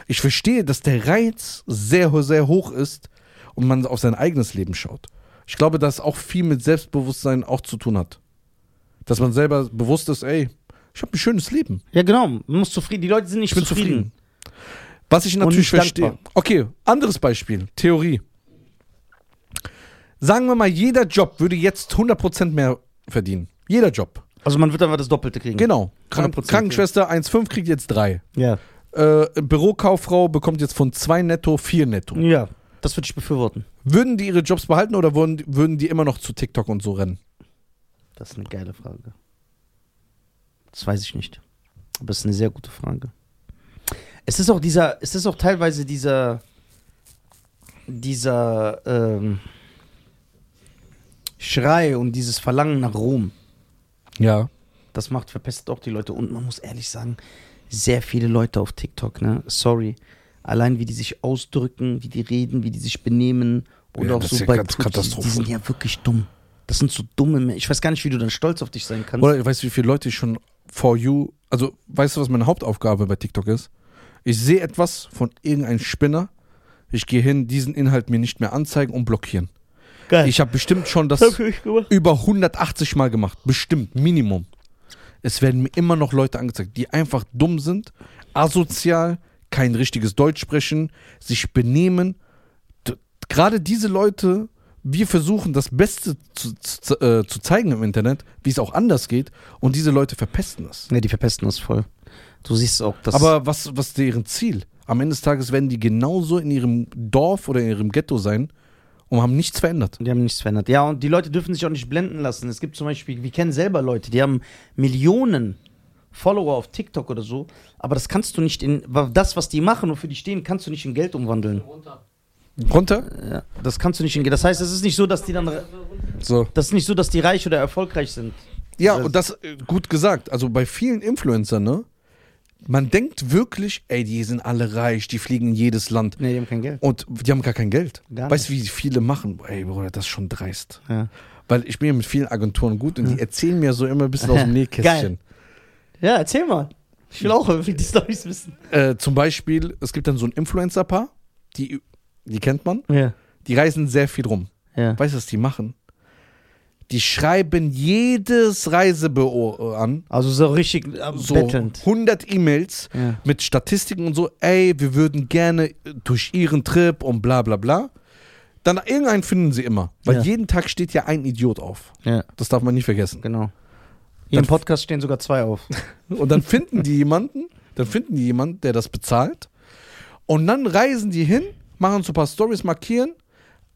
[SPEAKER 1] Ich verstehe, dass der Reiz sehr, ho- sehr hoch ist und man auf sein eigenes Leben schaut. Ich glaube, dass auch viel mit Selbstbewusstsein auch zu tun hat. Dass man selber bewusst ist, ey, ich habe ein schönes Leben.
[SPEAKER 2] Ja, genau. Man muss zufrieden. Die Leute sind nicht
[SPEAKER 1] Ich bin
[SPEAKER 2] zufrieden.
[SPEAKER 1] zufrieden. Was ich natürlich
[SPEAKER 2] nicht
[SPEAKER 1] verstehe.
[SPEAKER 2] dankbar.
[SPEAKER 1] Okay, anderes Beispiel, Theorie. Sagen wir mal, jeder Job würde jetzt 100% mehr verdienen. Jeder Job.
[SPEAKER 2] Also man wird einfach das Doppelte kriegen.
[SPEAKER 1] Genau. Krank
[SPEAKER 2] 100%
[SPEAKER 1] Krankenschwester 1,5 kriegt jetzt 3.
[SPEAKER 2] Ja.
[SPEAKER 1] Äh, Bürokauffrau bekommt jetzt von 2 netto 4 netto.
[SPEAKER 2] Ja. Das würde ich befürworten.
[SPEAKER 1] Würden die ihre Jobs behalten oder würden, würden die immer noch zu TikTok und so rennen?
[SPEAKER 2] Das ist eine geile Frage. Das weiß ich nicht. Aber es ist eine sehr gute Frage. Es ist auch dieser, es ist auch teilweise dieser, dieser ähm, Schrei und dieses Verlangen nach Ruhm.
[SPEAKER 1] Ja.
[SPEAKER 2] Das macht, verpestet auch die Leute. Und man muss ehrlich sagen, sehr viele Leute auf TikTok, ne? Sorry. Allein wie die sich ausdrücken, wie die reden, wie die sich benehmen Und
[SPEAKER 1] Ja,
[SPEAKER 2] auch
[SPEAKER 1] das
[SPEAKER 2] so
[SPEAKER 1] ist ja
[SPEAKER 2] bei
[SPEAKER 1] Kat- Katastrophe.
[SPEAKER 2] Die sind ja wirklich dumm. Das sind so dumme Menschen. Ich weiß gar nicht, wie du dann stolz auf dich sein kannst.
[SPEAKER 1] Oder weißt du, wie viele Leute ich schon for you. Also, weißt du, was meine Hauptaufgabe bei TikTok ist? Ich sehe etwas von irgendeinem Spinner. Ich gehe hin, diesen Inhalt mir nicht mehr anzeigen und blockieren.
[SPEAKER 2] Geil.
[SPEAKER 1] Ich habe bestimmt schon das
[SPEAKER 2] Äh. Hab ich gemacht.
[SPEAKER 1] über 180 Mal gemacht. Bestimmt, Minimum. Es werden mir immer noch Leute angezeigt, die einfach dumm sind, asozial, kein richtiges Deutsch sprechen, sich benehmen. D- Gerade diese Leute, wir versuchen das Beste zu, zu, äh, zu zeigen im Internet, wie es auch anders geht, und diese Leute verpesten es.
[SPEAKER 2] Ne, die verpesten uns voll. Du siehst auch, dass.
[SPEAKER 1] Aber was, was ist deren Ziel? Am Ende des Tages werden die genauso in ihrem Dorf oder in ihrem Ghetto sein und haben nichts verändert.
[SPEAKER 2] Die haben nichts verändert. Ja, und die Leute dürfen sich auch nicht blenden lassen. Es gibt zum Beispiel, wir kennen selber Leute, die haben Millionen Follower auf TikTok oder so, aber das kannst du nicht in, wa- das, was die machen und für die stehen, kannst du nicht in Geld umwandeln.
[SPEAKER 1] Runter?
[SPEAKER 2] Ja, das kannst du nicht in Geld. Das heißt, es ist nicht so, dass die dann, re-
[SPEAKER 1] So.
[SPEAKER 2] das ist nicht so, dass die reich oder erfolgreich sind.
[SPEAKER 1] Ja,
[SPEAKER 2] Das-
[SPEAKER 1] und das äh, gut gesagt. Also bei vielen Influencern, ne? Man denkt wirklich, ey, die sind alle reich, die fliegen in jedes Land.
[SPEAKER 2] Nee, die haben kein Geld.
[SPEAKER 1] Und die haben gar kein Geld.
[SPEAKER 2] Gar
[SPEAKER 1] weißt du, wie viele machen? Ey, Bruder, das ist schon dreist.
[SPEAKER 2] Ja.
[SPEAKER 1] Weil ich bin ja mit vielen Agenturen gut und die erzählen mir so immer ein bisschen aus dem Nähkästchen.
[SPEAKER 2] ja, erzähl mal. Ich will auch irgendwie die Storys wissen.
[SPEAKER 1] Äh, zum Beispiel, es gibt dann so ein Influencer-Paar, die, die kennt man,
[SPEAKER 2] Ja.
[SPEAKER 1] die reisen sehr viel rum.
[SPEAKER 2] Ja.
[SPEAKER 1] Weißt du, was die machen? Die schreiben jedes Reisebüro an
[SPEAKER 2] Also so richtig äh,
[SPEAKER 1] so
[SPEAKER 2] bettelnd.
[SPEAKER 1] 100 E-Mails
[SPEAKER 2] Ja.
[SPEAKER 1] mit Statistiken und so, ey, wir würden gerne äh, durch ihren Trip und bla bla bla. Dann irgendeinen finden sie immer, weil
[SPEAKER 2] Ja.
[SPEAKER 1] jeden Tag steht ja ein Idiot auf.
[SPEAKER 2] Ja,
[SPEAKER 1] Das darf man nicht vergessen.
[SPEAKER 2] genau. Hier
[SPEAKER 1] Dann-
[SPEAKER 2] im Podcast stehen sogar zwei auf.
[SPEAKER 1] Und dann finden die jemanden, dann finden die jemanden, der das bezahlt. Und dann reisen die hin, machen so ein paar Stories, markieren,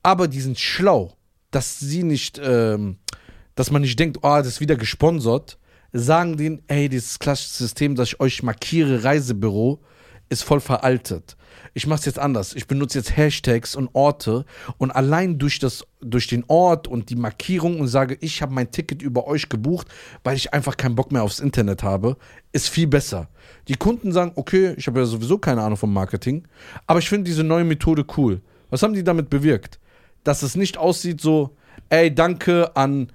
[SPEAKER 1] aber die sind schlau, dass sie nicht, ähm, dass man nicht denkt, oh, das ist wieder gesponsert. Sagen denen, ey, dieses klassische System, dass ich euch markiere, Reisebüro, ist voll veraltet. Ich mache es jetzt anders. Ich benutze jetzt Hashtags und Orte und allein durch, das, durch den Ort und die Markierung und sage, ich habe mein Ticket über euch gebucht, weil ich einfach keinen Bock mehr aufs Internet habe, ist viel besser. Die Kunden sagen, okay, ich habe ja sowieso keine Ahnung vom Marketing, aber ich finde diese neue Methode cool. Was haben die damit bewirkt? Dass es nicht aussieht so, ey, danke an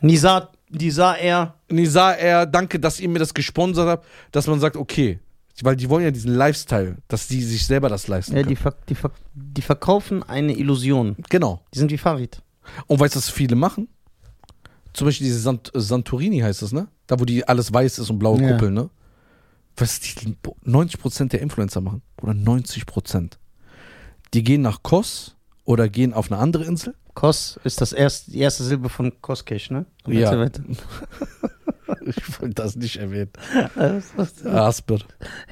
[SPEAKER 2] Nisa, Nisa R.
[SPEAKER 1] Nisa Air, danke, dass ihr mir das gesponsert habt, dass man sagt, okay, weil die wollen ja diesen Lifestyle, dass die sich selber das leisten
[SPEAKER 2] Ja,
[SPEAKER 1] können.
[SPEAKER 2] die, ver die, ver die verkaufen eine Illusion.
[SPEAKER 1] Genau.
[SPEAKER 2] Die sind wie Farid.
[SPEAKER 1] Und weißt du, was viele machen? Zum Beispiel diese Sant äh, Santorini heißt das, ne? Da, wo die alles weiß ist und blaue
[SPEAKER 2] Ja.
[SPEAKER 1] Kuppel, ne? Was die 90% der Influencer machen, oder 90%. Die gehen nach Kos oder gehen auf eine andere Insel.
[SPEAKER 2] Kos ist das erste, die erste Silbe von Koskisch, ne? Aber
[SPEAKER 1] Ja.
[SPEAKER 2] erzähl weiter.
[SPEAKER 1] Ich wollte das nicht erwähnen.
[SPEAKER 2] Alles, was-
[SPEAKER 1] Asper.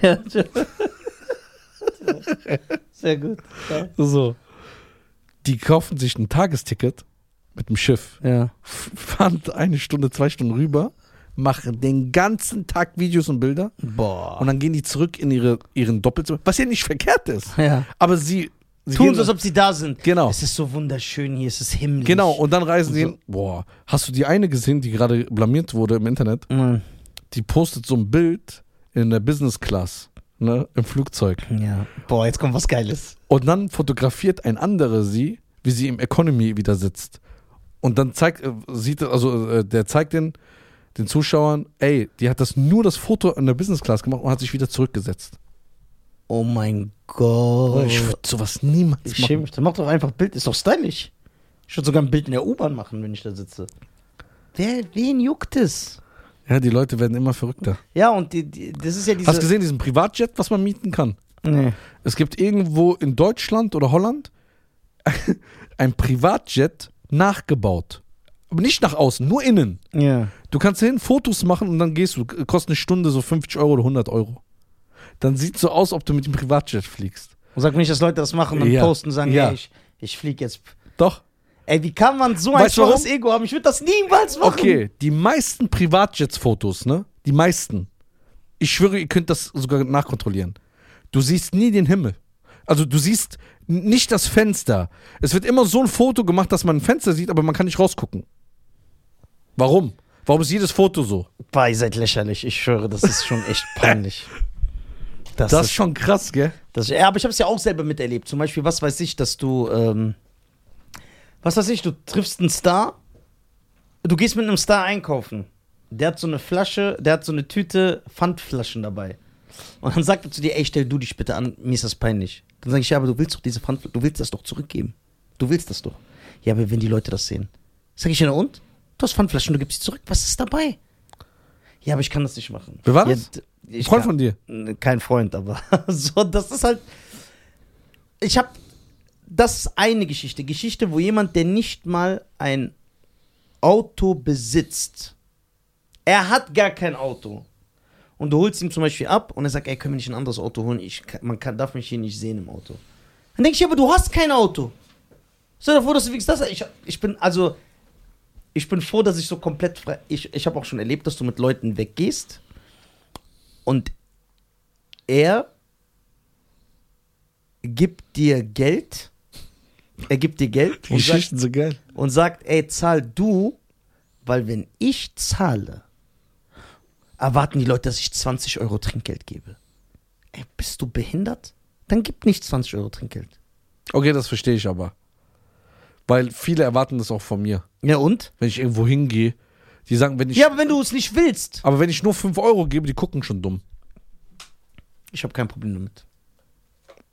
[SPEAKER 2] ja. Sehr gut.
[SPEAKER 1] So. Die kaufen sich ein Tagesticket mit dem Schiff.
[SPEAKER 2] Ja.
[SPEAKER 1] f- fahren eine Stunde, zwei Stunden rüber, machen den ganzen Tag Videos und Bilder
[SPEAKER 2] Boah.
[SPEAKER 1] und dann gehen die zurück in ihre, ihren Doppelzimmer, was ja nicht verkehrt ist.
[SPEAKER 2] Ja.
[SPEAKER 1] Aber sie, sie
[SPEAKER 2] Tun
[SPEAKER 1] gehen-
[SPEAKER 2] so, als ob sie da sind.
[SPEAKER 1] Genau.
[SPEAKER 2] Es ist Also- so wunderschön hier, es ist himmlisch.
[SPEAKER 1] Genau, und dann reisen sie
[SPEAKER 2] Und so-
[SPEAKER 1] hin. Boah, hast du die eine gesehen, die gerade blamiert wurde im Internet?
[SPEAKER 2] Mhm.
[SPEAKER 1] Die postet so ein Bild in der Business Class, ne, im Flugzeug.
[SPEAKER 2] Ja. Boah, jetzt kommt was Geiles.
[SPEAKER 1] Und dann fotografiert ein anderer sie, wie sie im Economy wieder sitzt. Und dann zeigt, äh, sieht, er- also äh, der zeigt den, den Zuschauern, ey, die hat das nur das Foto in der Business Class gemacht und hat sich wieder zurückgesetzt.
[SPEAKER 2] Oh mein Gott.
[SPEAKER 1] Ich würde sowas niemals
[SPEAKER 2] Oh. Ich
[SPEAKER 1] machen.
[SPEAKER 2] schäme mich. Dann mach doch einfach ein Bild, ist doch stylisch. Ich würde sogar ein Bild in der U-Bahn machen, wenn ich da sitze. Wer, wen juckt es?
[SPEAKER 1] Ja, die Leute werden immer verrückter.
[SPEAKER 2] Ja, und die, die, das ist ja diese.
[SPEAKER 1] Hast du gesehen, diesen Privatjet, was man mieten kann?
[SPEAKER 2] Nee.
[SPEAKER 1] Es gibt irgendwo in Deutschland oder Holland ein Privatjet nachgebaut. Aber nicht nach außen, nur innen.
[SPEAKER 2] Ja.
[SPEAKER 1] Du kannst hin, Fotos machen und dann gehst du. Kostet eine Stunde so 50 Euro oder 100 Euro. Dann sieht so aus, ob du mit dem Privatjet fliegst.
[SPEAKER 2] Und sag nicht, dass Leute das machen und
[SPEAKER 1] Ja.
[SPEAKER 2] posten und sagen,
[SPEAKER 1] Ja.
[SPEAKER 2] hey, ich, ich flieg jetzt.
[SPEAKER 1] Doch.
[SPEAKER 2] Ey, wie kann man so ein
[SPEAKER 1] Weißt du warum?
[SPEAKER 2] schwaches Ego haben? Ich würde das niemals machen.
[SPEAKER 1] Okay, die meisten Privatjets-Fotos, ne? Die meisten. Ich schwöre, ihr könnt das sogar nachkontrollieren. Du siehst nie den Himmel. Also du siehst n- nicht das Fenster. Es wird immer so ein Foto gemacht, dass man ein Fenster sieht, aber man kann nicht rausgucken. Warum? Warum ist jedes Foto so?
[SPEAKER 2] Boah, ihr seid lächerlich. Ich schwöre, das ist schon echt peinlich. Das,
[SPEAKER 1] Das ist
[SPEAKER 2] ist,
[SPEAKER 1] schon krass, gell?
[SPEAKER 2] das, ja, aber ich habe es ja auch selber miterlebt. Zum Beispiel, was weiß ich, dass du ähm, was weiß ich, du triffst einen Star, du gehst mit einem Star einkaufen. Der hat so eine Flasche, der hat so eine Tüte Pfandflaschen dabei. Und dann sagt er zu dir, ey, stell du dich bitte an, mir ist das peinlich. Dann sage ich, ja, aber du willst doch diese Pfandflaschen, du willst das doch zurückgeben. Du willst das doch. Ja, aber wenn die Leute das sehen. Sag ich, ja, na und? Du hast Pfandflaschen, du gibst sie zurück, was ist dabei? Ja, aber ich kann das nicht machen.
[SPEAKER 1] Wer war das?
[SPEAKER 2] Ja, d-
[SPEAKER 1] Ein
[SPEAKER 2] ich
[SPEAKER 1] Freund
[SPEAKER 2] kann-
[SPEAKER 1] von dir.
[SPEAKER 2] kein Freund, aber so, das ist halt. Ich habe, das ist eine Geschichte, Geschichte, wo jemand, der nicht mal ein Auto besitzt, er hat gar kein Auto und du holst ihm zum Beispiel ab und er sagt, ey, können wir nicht ein anderes Auto holen? Ich, kann- man kann, darf mich hier nicht sehen im Auto. Dann denke ich, aber du hast kein Auto. Stell dir vor, dass du wenigstens das. Ich, ich bin also, ich bin froh, dass ich so komplett frei. Ich, ich habe auch schon erlebt, dass du mit Leuten weggehst und er gibt dir Geld. Er gibt dir Geld und sagt,
[SPEAKER 1] sind geil.
[SPEAKER 2] und sagt, ey, zahl du, weil wenn ich zahle, erwarten die Leute, dass ich 20 Euro Trinkgeld gebe. Ey, bist du behindert? Dann gib nicht 20 Euro Trinkgeld.
[SPEAKER 1] Okay, das verstehe ich aber. Weil viele erwarten das auch von mir.
[SPEAKER 2] Ja und?
[SPEAKER 1] Wenn ich irgendwo hingehe, die sagen, wenn ich.
[SPEAKER 2] ja, aber wenn du es nicht willst.
[SPEAKER 1] Aber wenn ich nur 5 Euro gebe, die gucken schon dumm.
[SPEAKER 2] Ich habe kein Problem damit.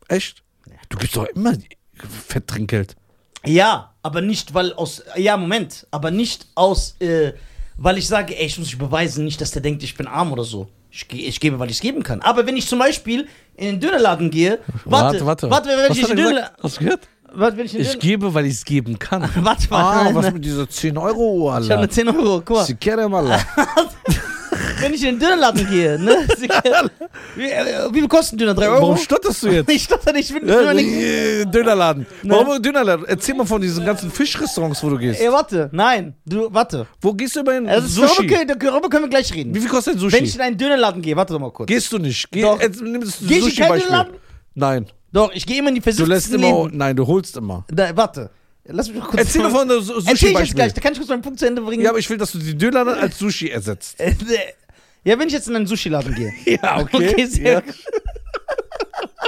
[SPEAKER 1] Echt? Du gibst doch immer Fetttrinkgeld.
[SPEAKER 2] Ja, aber nicht, weil aus. Ja, Moment. Aber nicht aus. Äh, weil ich sage, ey, ich muss mich beweisen, nicht, dass der denkt, ich bin arm oder so. Ich, ge- ich gebe, weil ich es geben kann. Aber wenn ich zum Beispiel in den Dönerladen gehe. Warte, warte. Warte, wenn
[SPEAKER 1] Was
[SPEAKER 2] ich
[SPEAKER 1] hat er
[SPEAKER 2] in den Dönerladen.
[SPEAKER 1] gesagt? Hast du gehört?
[SPEAKER 2] Warte, wenn ich in den
[SPEAKER 1] Ich gebe, weil ich es geben kann.
[SPEAKER 2] Warte mal,
[SPEAKER 1] Ah,
[SPEAKER 2] nein,
[SPEAKER 1] was
[SPEAKER 2] nein.
[SPEAKER 1] mit dieser 10 Euro,
[SPEAKER 2] Ich habe
[SPEAKER 1] Alter.
[SPEAKER 2] eine 10 Euro, guck mal.
[SPEAKER 1] Sie kennen mal.
[SPEAKER 2] Wenn ich in den Dönerladen gehe, ne? Sie- wie, äh, wie viel kostet ein Döner? 3 Euro?
[SPEAKER 1] Warum stotterst du jetzt?
[SPEAKER 2] Ich stotter nicht, ich bin
[SPEAKER 1] Ja,
[SPEAKER 2] Döner nicht. Ne?
[SPEAKER 1] äh, Dönerladen. Warum Dönerladen? Erzähl mal von diesen ganzen Fischrestaurants, wo du gehst.
[SPEAKER 2] Ey, warte, nein, du, warte.
[SPEAKER 1] Wo gehst du immer hin?
[SPEAKER 2] Also, Darüber,
[SPEAKER 1] Sushi.
[SPEAKER 2] können, darüber können wir gleich reden.
[SPEAKER 1] Wie viel kostet Sushi?
[SPEAKER 2] Wenn ich in einen Dönerladen gehe, warte doch mal kurz.
[SPEAKER 1] Gehst du nicht? Geh,
[SPEAKER 2] Doch.
[SPEAKER 1] jetzt nimm das
[SPEAKER 2] Geh ich in
[SPEAKER 1] Sushi
[SPEAKER 2] keinen
[SPEAKER 1] Beispiel.
[SPEAKER 2] Laden?
[SPEAKER 1] Nein,
[SPEAKER 2] Doch, ich gehe immer in die
[SPEAKER 1] du lässt
[SPEAKER 2] versifften
[SPEAKER 1] immer.
[SPEAKER 2] Läden.
[SPEAKER 1] Nein, du holst immer.
[SPEAKER 2] Da, warte, lass mich mal kurz...
[SPEAKER 1] Erzähl mir von der Su-
[SPEAKER 2] Erzähl ich jetzt
[SPEAKER 1] Sushi-Beispiel.
[SPEAKER 2] gleich, da kann ich kurz meinen Punkt zu Ende bringen.
[SPEAKER 1] Ja, aber ich will, dass du die Dönerladen als Sushi ersetzt.
[SPEAKER 2] Äh, ja, wenn ich jetzt in einen Sushi-Laden gehe.
[SPEAKER 1] Ja,
[SPEAKER 2] Okay, sehr
[SPEAKER 1] ja.
[SPEAKER 2] gut.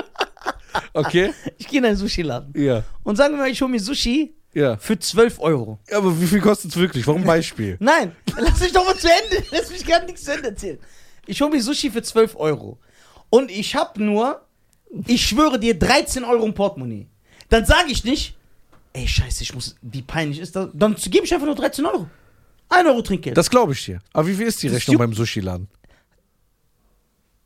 [SPEAKER 1] Okay,
[SPEAKER 2] Ich gehe in einen Sushi-Laden.
[SPEAKER 1] ja,
[SPEAKER 2] Und sagen wir mal, ich hole mir Sushi
[SPEAKER 1] ja.
[SPEAKER 2] für 12 Euro.
[SPEAKER 1] Aber wie viel kostet es wirklich? Warum Beispiel?
[SPEAKER 2] Nein, lass mich doch mal zu Ende. Lass mich gar nichts zu Ende erzählen. Ich hole mir Sushi für 12 Euro. Und ich habe nur, ich schwöre dir, 13 Euro im Portemonnaie. Dann sage ich nicht, ey, scheiße, ich muss, wie peinlich ist das? Dann gebe ich einfach nur 13 Euro. 1 Euro Trinkgeld.
[SPEAKER 1] Das glaube ich dir. Aber wie viel ist die
[SPEAKER 2] Das
[SPEAKER 1] Rechnung
[SPEAKER 2] juckt-
[SPEAKER 1] beim Sushi-Laden?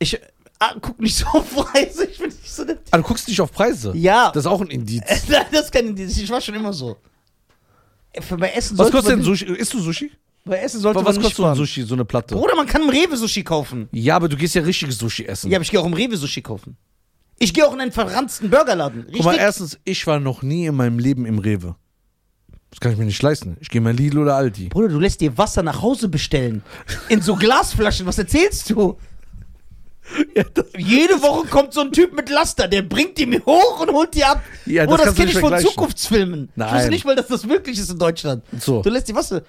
[SPEAKER 2] ich ah, guck nicht so auf Preise, ich bin nicht so der
[SPEAKER 1] Ah, du guckst nicht auf Preise.
[SPEAKER 2] Ja. Äh,
[SPEAKER 1] Das ist auch ein Indiz.
[SPEAKER 2] Nein, das kann ich nicht. Ich war schon immer so. Für bei Essen
[SPEAKER 1] Was
[SPEAKER 2] sollte
[SPEAKER 1] kostet denn
[SPEAKER 2] man,
[SPEAKER 1] Sushi? Isst du Sushi?
[SPEAKER 2] Bei Essen sollte
[SPEAKER 1] Was
[SPEAKER 2] man nicht
[SPEAKER 1] kostet so ein
[SPEAKER 2] sparen.
[SPEAKER 1] Sushi, so eine Platte?
[SPEAKER 2] Bruder, man kann im Rewe Sushi kaufen.
[SPEAKER 1] Ja, aber du gehst ja richtiges Sushi essen.
[SPEAKER 2] Ja, aber ich gehe auch im Rewe Sushi kaufen. Ich gehe auch in einen verranzten Burgerladen. Richtig?
[SPEAKER 1] Guck mal, erstens, ich war noch nie in meinem Leben im Rewe. Das kann ich mir nicht leisten. Ich gehe mal Lidl oder Aldi.
[SPEAKER 2] Bruder, du lässt dir Wasser nach Hause bestellen. In so Glasflaschen. Was erzählst du? Jede Woche kommt so ein Typ mit Laster, der bringt die mir hoch und holt die ab.
[SPEAKER 1] Ja, das
[SPEAKER 2] Bruder, das
[SPEAKER 1] kannst du
[SPEAKER 2] kenne
[SPEAKER 1] nicht
[SPEAKER 2] ich von
[SPEAKER 1] vergleichen.
[SPEAKER 2] Zukunftsfilmen. Ich
[SPEAKER 1] Nein.
[SPEAKER 2] wusste nicht mal, dass das möglich ist in Deutschland.
[SPEAKER 1] So.
[SPEAKER 2] Du lässt dir Wasser.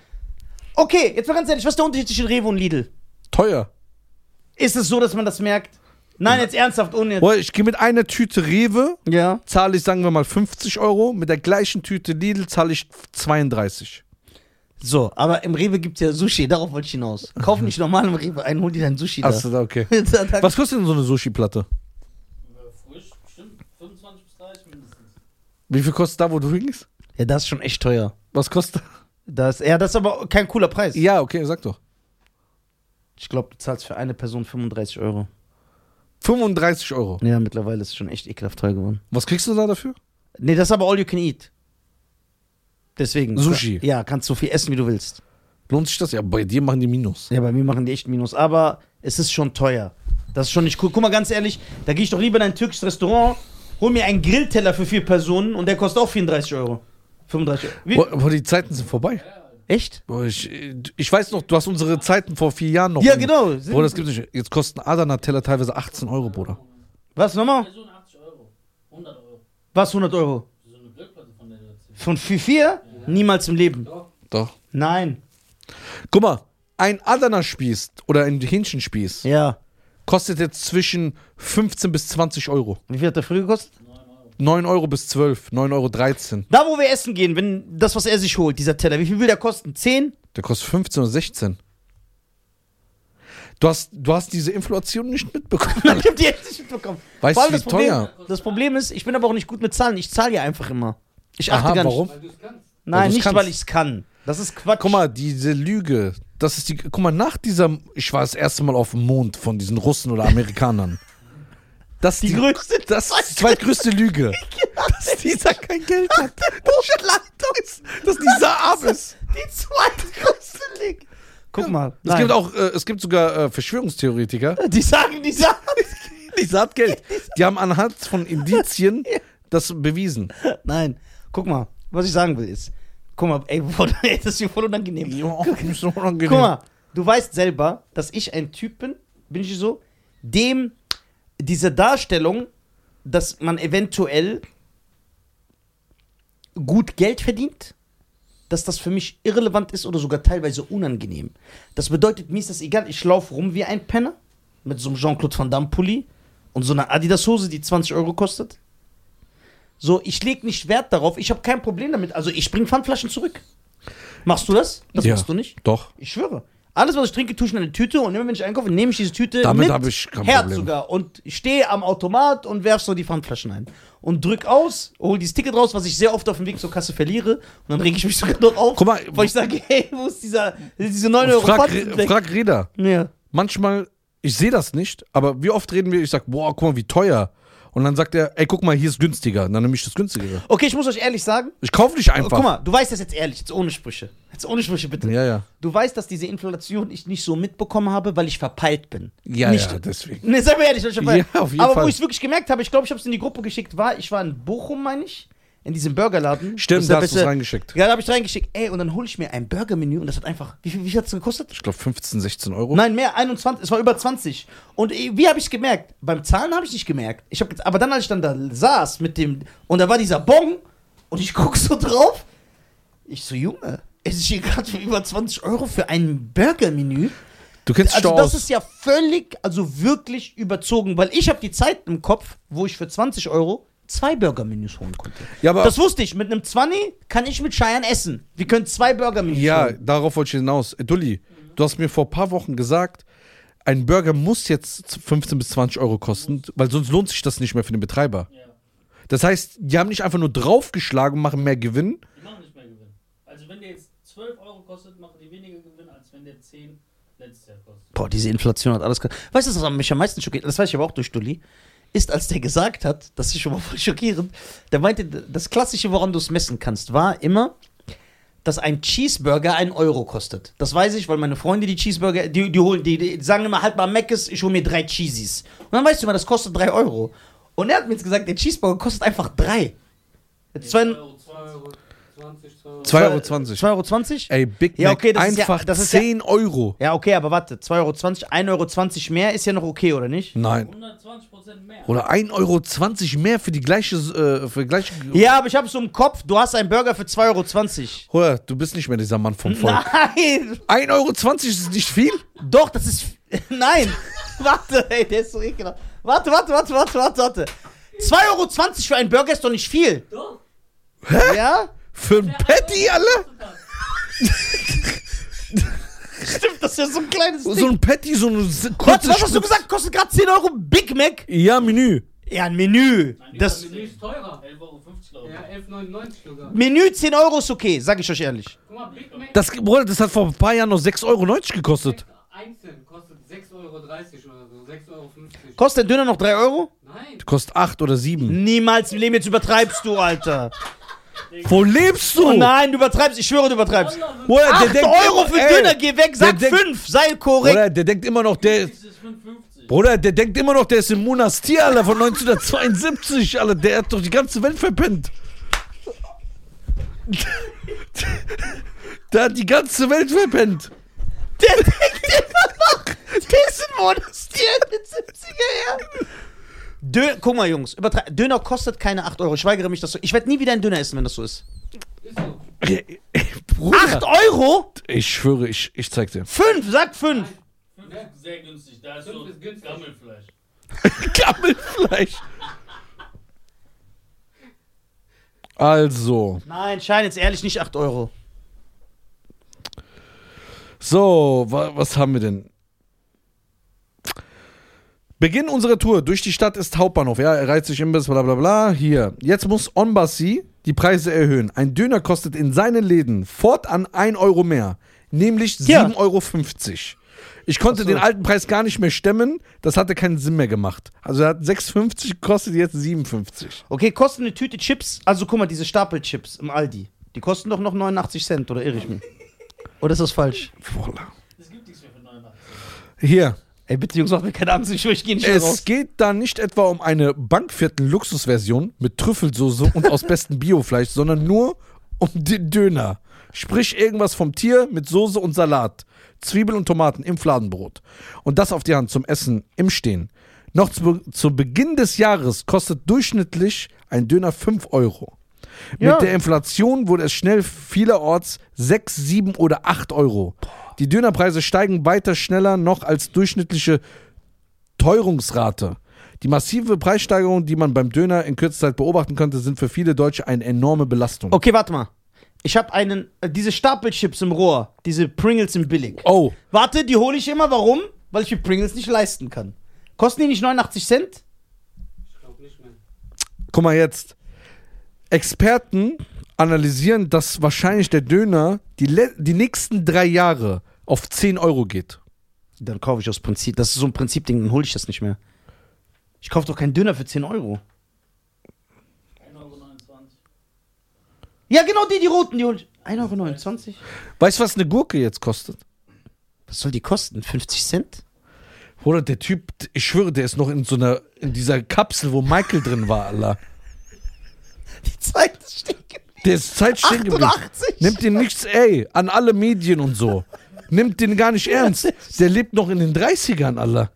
[SPEAKER 2] Okay, jetzt mal ganz ehrlich, was ist der Unterschied zwischen Rewe und Lidl?
[SPEAKER 1] Teuer.
[SPEAKER 2] Ist es so, dass man das merkt? Nein, jetzt ernsthaft, ohne jetzt.
[SPEAKER 1] Boah, ich gehe mit einer Tüte Rewe,
[SPEAKER 2] Ja.
[SPEAKER 1] zahle ich, sagen wir mal, 50 Euro. Mit der gleichen Tüte Lidl zahle ich 32.
[SPEAKER 2] So, aber im Rewe gibt es ja Sushi, darauf wollte ich hinaus. Kauf nicht normal im Rewe ein, hol dir dein Sushi da.
[SPEAKER 1] Achso, da, Also, okay.
[SPEAKER 2] Da- da-
[SPEAKER 1] Was kostet denn so eine Sushi-Platte?
[SPEAKER 3] Äh, Frisch, bestimmt 25 bis 30 mindestens.
[SPEAKER 1] Wie viel kostet da, wo du hingehst?
[SPEAKER 2] Ja, das ist schon echt teuer.
[SPEAKER 1] Was kostet
[SPEAKER 2] Das, ja, das ist aber kein cooler Preis.
[SPEAKER 1] Ja, okay, sag doch.
[SPEAKER 2] Ich glaube, du zahlst für eine Person 35 Euro.
[SPEAKER 1] 35 Euro.
[SPEAKER 2] Ja, mittlerweile ist es schon echt ekelhaft teuer geworden.
[SPEAKER 1] Was kriegst du da dafür?
[SPEAKER 2] Nee, das ist aber all you can eat. Deswegen.
[SPEAKER 1] Sushi.
[SPEAKER 2] Ja, kannst so viel essen, wie du willst.
[SPEAKER 1] Lohnt sich das? Ja, bei dir machen die Minus.
[SPEAKER 2] Ja, bei mir machen die echt Minus. Aber es ist schon teuer. Das ist schon nicht cool. Guck mal, ganz ehrlich, da gehe ich doch lieber in ein türkisches Restaurant, hol mir einen Grillteller für vier Personen und der kostet auch 34 Euro. 35 Euro. Wie?
[SPEAKER 1] Boah, aber die Zeiten sind vorbei.
[SPEAKER 2] Echt?
[SPEAKER 1] Boah, ich, ich weiß noch, du hast unsere Zeiten vor vier Jahren noch.
[SPEAKER 2] Ja, genau.
[SPEAKER 1] Bruder, das gibt's nicht. Jetzt kosten Adana-Teller teilweise 18 Euro, Bruder.
[SPEAKER 2] Was nochmal?
[SPEAKER 3] Person 80 Euro. 100 Euro.
[SPEAKER 2] Was, 100 Euro?
[SPEAKER 3] Für so eine Grillplatte von der du erzählst.
[SPEAKER 2] Von 4-4? Niemals im Leben.
[SPEAKER 1] Doch.
[SPEAKER 2] Nein.
[SPEAKER 1] Guck mal, ein Adana-Spieß oder ein Hähnchenspieß
[SPEAKER 2] Ja.
[SPEAKER 1] kostet jetzt zwischen 15 bis 20 Euro.
[SPEAKER 2] Wie viel hat der früher gekostet?
[SPEAKER 3] 9 Euro.
[SPEAKER 1] 9 9 Euro bis 12, 9,13 Euro. 13.
[SPEAKER 2] Da, wo wir essen gehen, wenn das, was er sich holt, dieser Teller, wie viel will der kosten? 10?
[SPEAKER 1] Der kostet 15 oder 16. Du hast, du hast diese Inflation nicht mitbekommen.
[SPEAKER 2] Ich hab die jetzt nicht mitbekommen.
[SPEAKER 1] Weißt
[SPEAKER 2] Vor allem
[SPEAKER 1] du, wie
[SPEAKER 2] das Problem,
[SPEAKER 1] teuer?
[SPEAKER 2] Das Problem ist, ich bin aber auch nicht gut mit Zahlen. Ich zahle ja einfach immer. Ich achte
[SPEAKER 1] Aha,
[SPEAKER 2] gar nicht.
[SPEAKER 1] warum?
[SPEAKER 3] weil du es kannst.
[SPEAKER 1] Weil
[SPEAKER 2] Nein,
[SPEAKER 1] du's
[SPEAKER 2] nicht,
[SPEAKER 1] kannst.
[SPEAKER 2] weil ich es kann. Das ist Quatsch.
[SPEAKER 1] Guck mal, diese Lüge. Das ist die. Guck mal, nach dieser. Ich war das erste Mal auf dem Mond von diesen Russen oder Amerikanern. Das ist
[SPEAKER 2] die,
[SPEAKER 1] die,
[SPEAKER 2] größte
[SPEAKER 1] das ist die zweitgrößte Lüge. Dass dieser kein Geld hat. Dass dieser arm ist.
[SPEAKER 2] Die zweitgrößte Liga. Guck mal.
[SPEAKER 1] Es gibt auch, äh, es gibt sogar äh, Verschwörungstheoretiker,
[SPEAKER 2] Die sagen, die sagen.
[SPEAKER 1] Dieser hat Geld. Die haben anhand von Indizien das bewiesen.
[SPEAKER 2] Nein. Guck mal, was ich sagen will ist. Guck mal, ey, boah, ey, das ist mir voll unangenehm.
[SPEAKER 1] Oh, Guck
[SPEAKER 2] Guck mal, du weißt selber, dass ich ein Typ bin, bin ich so, dem diese Darstellung, dass man eventuell gut Geld verdient, dass das für mich irrelevant ist oder sogar teilweise unangenehm. Das bedeutet, mir ist das egal, ich laufe rum wie ein Penner mit so einem Jean-Claude Van Damme Pulli und so einer Adidas-Hose, die 20 Euro kostet. So, ich lege nicht Wert darauf, ich habe kein Problem damit. Also, ich bringe Pfandflaschen zurück. Machst du das? Das
[SPEAKER 1] Ja.
[SPEAKER 2] machst du nicht?
[SPEAKER 1] Doch.
[SPEAKER 2] Ich schwöre. Alles, was ich trinke, tue ich in eine Tüte und immer, wenn ich einkaufe, nehme ich diese Tüte
[SPEAKER 1] Damit
[SPEAKER 2] mit.
[SPEAKER 1] habe ich kein
[SPEAKER 2] Herz
[SPEAKER 1] Problem.
[SPEAKER 2] sogar. Und ich stehe am Automat und werf so die Pfandflaschen ein. Und drück aus, hol dieses Ticket raus, was ich sehr oft auf dem Weg zur Kasse verliere. Und dann reg ich mich sogar noch auf,
[SPEAKER 1] Guck mal,
[SPEAKER 2] weil ich sage, hey, wo ist dieser, diese 9 Euro
[SPEAKER 1] Frag,
[SPEAKER 2] Pfand
[SPEAKER 1] Re-
[SPEAKER 2] weg?
[SPEAKER 1] frag Reda.
[SPEAKER 2] Ja.
[SPEAKER 1] Manchmal, ich sehe das nicht, aber wie oft reden wir, ich sag, boah, guck mal, wie teuer. Und dann sagt er, ey, guck mal, hier ist günstiger. Und dann nehme ich das günstigere.
[SPEAKER 2] Okay, ich muss euch ehrlich sagen,
[SPEAKER 1] Ich kaufe nicht einfach.
[SPEAKER 2] guck mal, du weißt das jetzt ehrlich, jetzt ohne Sprüche. Jetzt ohne Sprüche, bitte.
[SPEAKER 1] Ja, ja.
[SPEAKER 2] Du weißt, dass diese Inflation ich nicht so mitbekommen habe, weil ich verpeilt bin.
[SPEAKER 1] Ja,
[SPEAKER 2] nicht,
[SPEAKER 1] ja, deswegen.
[SPEAKER 2] Ne, sei mal ehrlich, weil ich verpeilt.
[SPEAKER 1] Ja, auf jeden
[SPEAKER 2] Aber
[SPEAKER 1] Fall.
[SPEAKER 2] wo ich es wirklich gemerkt habe, ich glaube, ich habe es in die Gruppe geschickt, war, ich war in Bochum, meine ich, in diesem Burgerladen.
[SPEAKER 1] Stimmt,
[SPEAKER 2] Das ist
[SPEAKER 1] da
[SPEAKER 2] der
[SPEAKER 1] hast du's
[SPEAKER 2] beste-
[SPEAKER 1] reingeschickt.
[SPEAKER 2] Ja, da habe ich reingeschickt. Ey, und dann hole ich mir ein Burgermenü und das hat einfach, wie viel, wie viel hat es gekostet?
[SPEAKER 1] Ich glaube 15, 16 Euro.
[SPEAKER 2] Nein, mehr, 21, es war über 20. Und eh, wie habe ich es gemerkt? Beim Zahlen habe ich nicht gemerkt. Ich hab, gez- aber dann, als ich dann da saß mit dem, und da war dieser Bon, und ich gucke so drauf, ich so, Junge, es ist hier gerade für über 20 Euro für ein Burgermenü.
[SPEAKER 1] Du kennst dich
[SPEAKER 2] Also
[SPEAKER 1] doch
[SPEAKER 2] das
[SPEAKER 1] aus.
[SPEAKER 2] ist ja völlig, also wirklich überzogen, weil ich habe die Zeit im Kopf, wo ich für 20 Euro zwei Burgermenüs holen konnte.
[SPEAKER 1] ja, aber
[SPEAKER 2] das wusste ich. Mit einem 20 kann ich mit Cheyenne essen. Wir können zwei Burgermenüs
[SPEAKER 1] ja,
[SPEAKER 2] holen.
[SPEAKER 1] darauf wollte ich hinaus. Äh, Dulli, du hast mir vor ein paar Wochen gesagt, ein Burger muss jetzt 15 bis 20 Euro kosten, weil sonst lohnt sich das nicht mehr für den Betreiber.
[SPEAKER 3] Ja.
[SPEAKER 1] Das heißt, die haben nicht einfach nur draufgeschlagen und machen mehr Gewinn.
[SPEAKER 3] Die machen nicht mehr Gewinn. Also wenn der jetzt 12 Euro kostet, machen die weniger Gewinn, als wenn der 10 letztes Jahr kostet.
[SPEAKER 2] Boah, diese Inflation hat alles. ge- Weißt du, was mich am meisten schockiert? Das weiß ich aber auch durch Dulli. Ist, als der gesagt hat, das ist schon mal voll schockierend, der meinte, das Klassische, woran du es messen kannst, war immer, dass ein Cheeseburger einen Euro kostet. Das weiß ich, weil meine Freunde die Cheeseburger, die, die holen, die, die sagen immer, halt mal Mc's, ich hole mir drei Cheesies. Und dann weißt du immer, das kostet drei Euro. Und er hat mir jetzt gesagt, der Cheeseburger kostet einfach drei.
[SPEAKER 3] Äh,
[SPEAKER 2] Jetzt zwei,
[SPEAKER 3] 20, 2 Euro.
[SPEAKER 1] 2,20
[SPEAKER 2] 2,20
[SPEAKER 1] Euro.
[SPEAKER 2] Euro? 20?
[SPEAKER 1] Ey, Big Mac,
[SPEAKER 2] Ja, okay, das ist ja-
[SPEAKER 1] einfach
[SPEAKER 2] das ist ja-
[SPEAKER 1] 10 Euro.
[SPEAKER 2] Ja, okay, aber warte, 2,20 Euro, 1,20 Euro mehr ist ja noch okay, oder nicht?
[SPEAKER 1] Nein.
[SPEAKER 3] 120 Prozent mehr.
[SPEAKER 1] Oder 1,20 Euro mehr für die gleiche. Äh, für die gleiche
[SPEAKER 2] Ja, aber ich hab's im Kopf. Du hast einen Burger für 2,20
[SPEAKER 1] Oder du bist nicht mehr dieser Mann vom
[SPEAKER 2] Euro.
[SPEAKER 1] Volk.
[SPEAKER 2] Nein!
[SPEAKER 1] 1,20 Euro ist nicht viel?
[SPEAKER 2] Doch, das ist. Nein! warte, ey, der ist so ekelhaft. Warte, warte, warte, warte, warte, warte. 2,20 Euro für einen Burger ist doch nicht viel.
[SPEAKER 3] Doch.
[SPEAKER 2] Ja?
[SPEAKER 1] Für ein Patty, alle?
[SPEAKER 2] Stimmt, das ist ja so ein kleines Ding.
[SPEAKER 1] So ein Patty, so ein s-
[SPEAKER 2] Warte,
[SPEAKER 1] kurzes.
[SPEAKER 2] was hast du
[SPEAKER 1] Spritz-
[SPEAKER 2] gesagt? Kostet gerade 10 Euro Big Mac?
[SPEAKER 1] Ja, Menü.
[SPEAKER 2] Ja, ein Menü. Das
[SPEAKER 3] Das ist teurer. 11,50 Euro, glaube ich.
[SPEAKER 4] Ja, 11,99 sogar.
[SPEAKER 2] Menü 10 Euro ist okay, sag ich euch ehrlich.
[SPEAKER 4] Guck mal, Big Mac
[SPEAKER 1] Das, Bruder, das hat vor ein paar Jahren noch 6,90 Euro gekostet.
[SPEAKER 4] einzeln kostet 6,30 Euro oder so, 6,50 Euro.
[SPEAKER 2] Kostet der Döner noch 3 Euro?
[SPEAKER 4] Nein,
[SPEAKER 1] Kostet 8 oder 7.
[SPEAKER 2] Niemals im Leben, jetzt übertreibst du, Alter.
[SPEAKER 1] Wo lebst du?
[SPEAKER 2] Oh nein, du übertreibst, ich schwöre, du übertreibst.
[SPEAKER 1] Bruder,
[SPEAKER 2] 8 Euro für
[SPEAKER 1] ey,
[SPEAKER 2] Döner, geh weg, sag
[SPEAKER 1] der denkt-
[SPEAKER 2] 5, sei korrekt.
[SPEAKER 1] Bruder, der denkt immer noch, der.
[SPEAKER 3] 50 ist 55.
[SPEAKER 1] Bruder, der denkt immer noch, der ist im Monastir, Alter, von 1972, Alter. Der hat doch die ganze Welt verpennt. Der hat die ganze Welt verpennt.
[SPEAKER 2] Der denkt immer noch, der ist ein Monastir in den 70er Jahren. Dö Guck mal, Jungs, übertrei- Döner kostet keine 8 Euro. Ich weigere mich, das so. Ich werde nie wieder einen Döner essen, wenn das so ist.
[SPEAKER 4] ist so.
[SPEAKER 1] Ey, ey,
[SPEAKER 2] 8
[SPEAKER 1] Bruder.
[SPEAKER 2] Euro?
[SPEAKER 1] Ich schwöre, ich, ich zeig dir.
[SPEAKER 2] 5, sag 5.
[SPEAKER 3] 5 ist sehr günstig. Da ist so
[SPEAKER 4] Fünf ist günstig.
[SPEAKER 3] Gammelfleisch.
[SPEAKER 1] Gammelfleisch. Also,
[SPEAKER 2] Nein, Schein jetzt ehrlich nicht 8 Euro.
[SPEAKER 1] so, wa was haben wir denn? Beginn unserer Tour durch die Stadt ist Hauptbahnhof. Ja, er reizt sich Imbiss, bla bla bla. Hier. Jetzt muss Onbassi die Preise erhöhen. Ein Döner kostet in seinen Läden fortan 1 Euro mehr, nämlich
[SPEAKER 2] Ja.
[SPEAKER 1] 7,50 Euro. Ich konnte
[SPEAKER 2] Ach so.
[SPEAKER 1] den alten Preis gar nicht mehr stemmen, das hatte keinen Sinn mehr gemacht. Also er hat 6,50 kostet jetzt 57.
[SPEAKER 2] Okay, kostet eine Tüte Chips. Also guck mal, diese Stapelchips im Aldi. Die kosten doch noch 89 Cent, oder irre ich mich? Oder ist das falsch?
[SPEAKER 1] Voila.
[SPEAKER 3] Es gibt nichts mehr für 89.
[SPEAKER 1] Hier.
[SPEAKER 2] Ey, bitte Jungs, macht mir keine Angst, ich schwöre, ich gehe nicht mehr
[SPEAKER 1] Es
[SPEAKER 2] raus.
[SPEAKER 1] geht da nicht etwa um eine Bankviertel-Luxusversion mit Trüffelsoße und aus bestem Biofleisch, sondern nur um den Döner. Sprich irgendwas vom Tier mit Soße und Salat, Zwiebel und Tomaten im Fladenbrot. Und das auf die Hand zum Essen im Stehen. Noch zu, zu Beginn des Jahres kostet durchschnittlich ein Döner 5 Euro.
[SPEAKER 2] Ja.
[SPEAKER 1] Mit der Inflation wurde es schnell vielerorts 6, 7 oder 8 Euro. Die Dönerpreise steigen weiter schneller noch als durchschnittliche Teuerungsrate. Die massive Preissteigerung, die man beim Döner in kürzester Zeit beobachten konnte, sind für viele Deutsche eine enorme Belastung.
[SPEAKER 2] Okay, warte mal. Ich habe einen, äh, diese Stapelchips im Rohr, diese Pringles im Billig.
[SPEAKER 1] Oh,
[SPEAKER 2] Warte, die hole ich immer, warum? Weil ich mir Pringles nicht leisten kann. Kosten die nicht 89 Cent?
[SPEAKER 4] Ich glaube nicht mehr.
[SPEAKER 1] guck mal jetzt. Experten analysieren, dass wahrscheinlich der Döner die, le- die nächsten drei Jahre auf 10 Euro geht.
[SPEAKER 2] Dann kaufe ich aus Prinzip, das ist so ein Prinzipding, dann hole ich das nicht mehr. Ich kaufe doch keinen Döner für 10 Euro.
[SPEAKER 3] 1,29 Euro.
[SPEAKER 2] Ja, genau die, die roten, die hole ich. 1,29 Euro?
[SPEAKER 1] Weißt du, was eine Gurke jetzt kostet?
[SPEAKER 2] Was soll die kosten? 50 Cent?
[SPEAKER 1] Oder der Typ, ich schwöre, der ist noch in so einer, in dieser Kapsel, wo Michael drin war, Allah.
[SPEAKER 2] Die Zeit ist stehen geblieben.
[SPEAKER 1] Der ist Zeit stehen geblieben.
[SPEAKER 2] 88.
[SPEAKER 1] Nimmt den nichts, ey, an alle Medien und so. Nimmt den gar nicht ernst. Der lebt noch in den 30ern, Allah.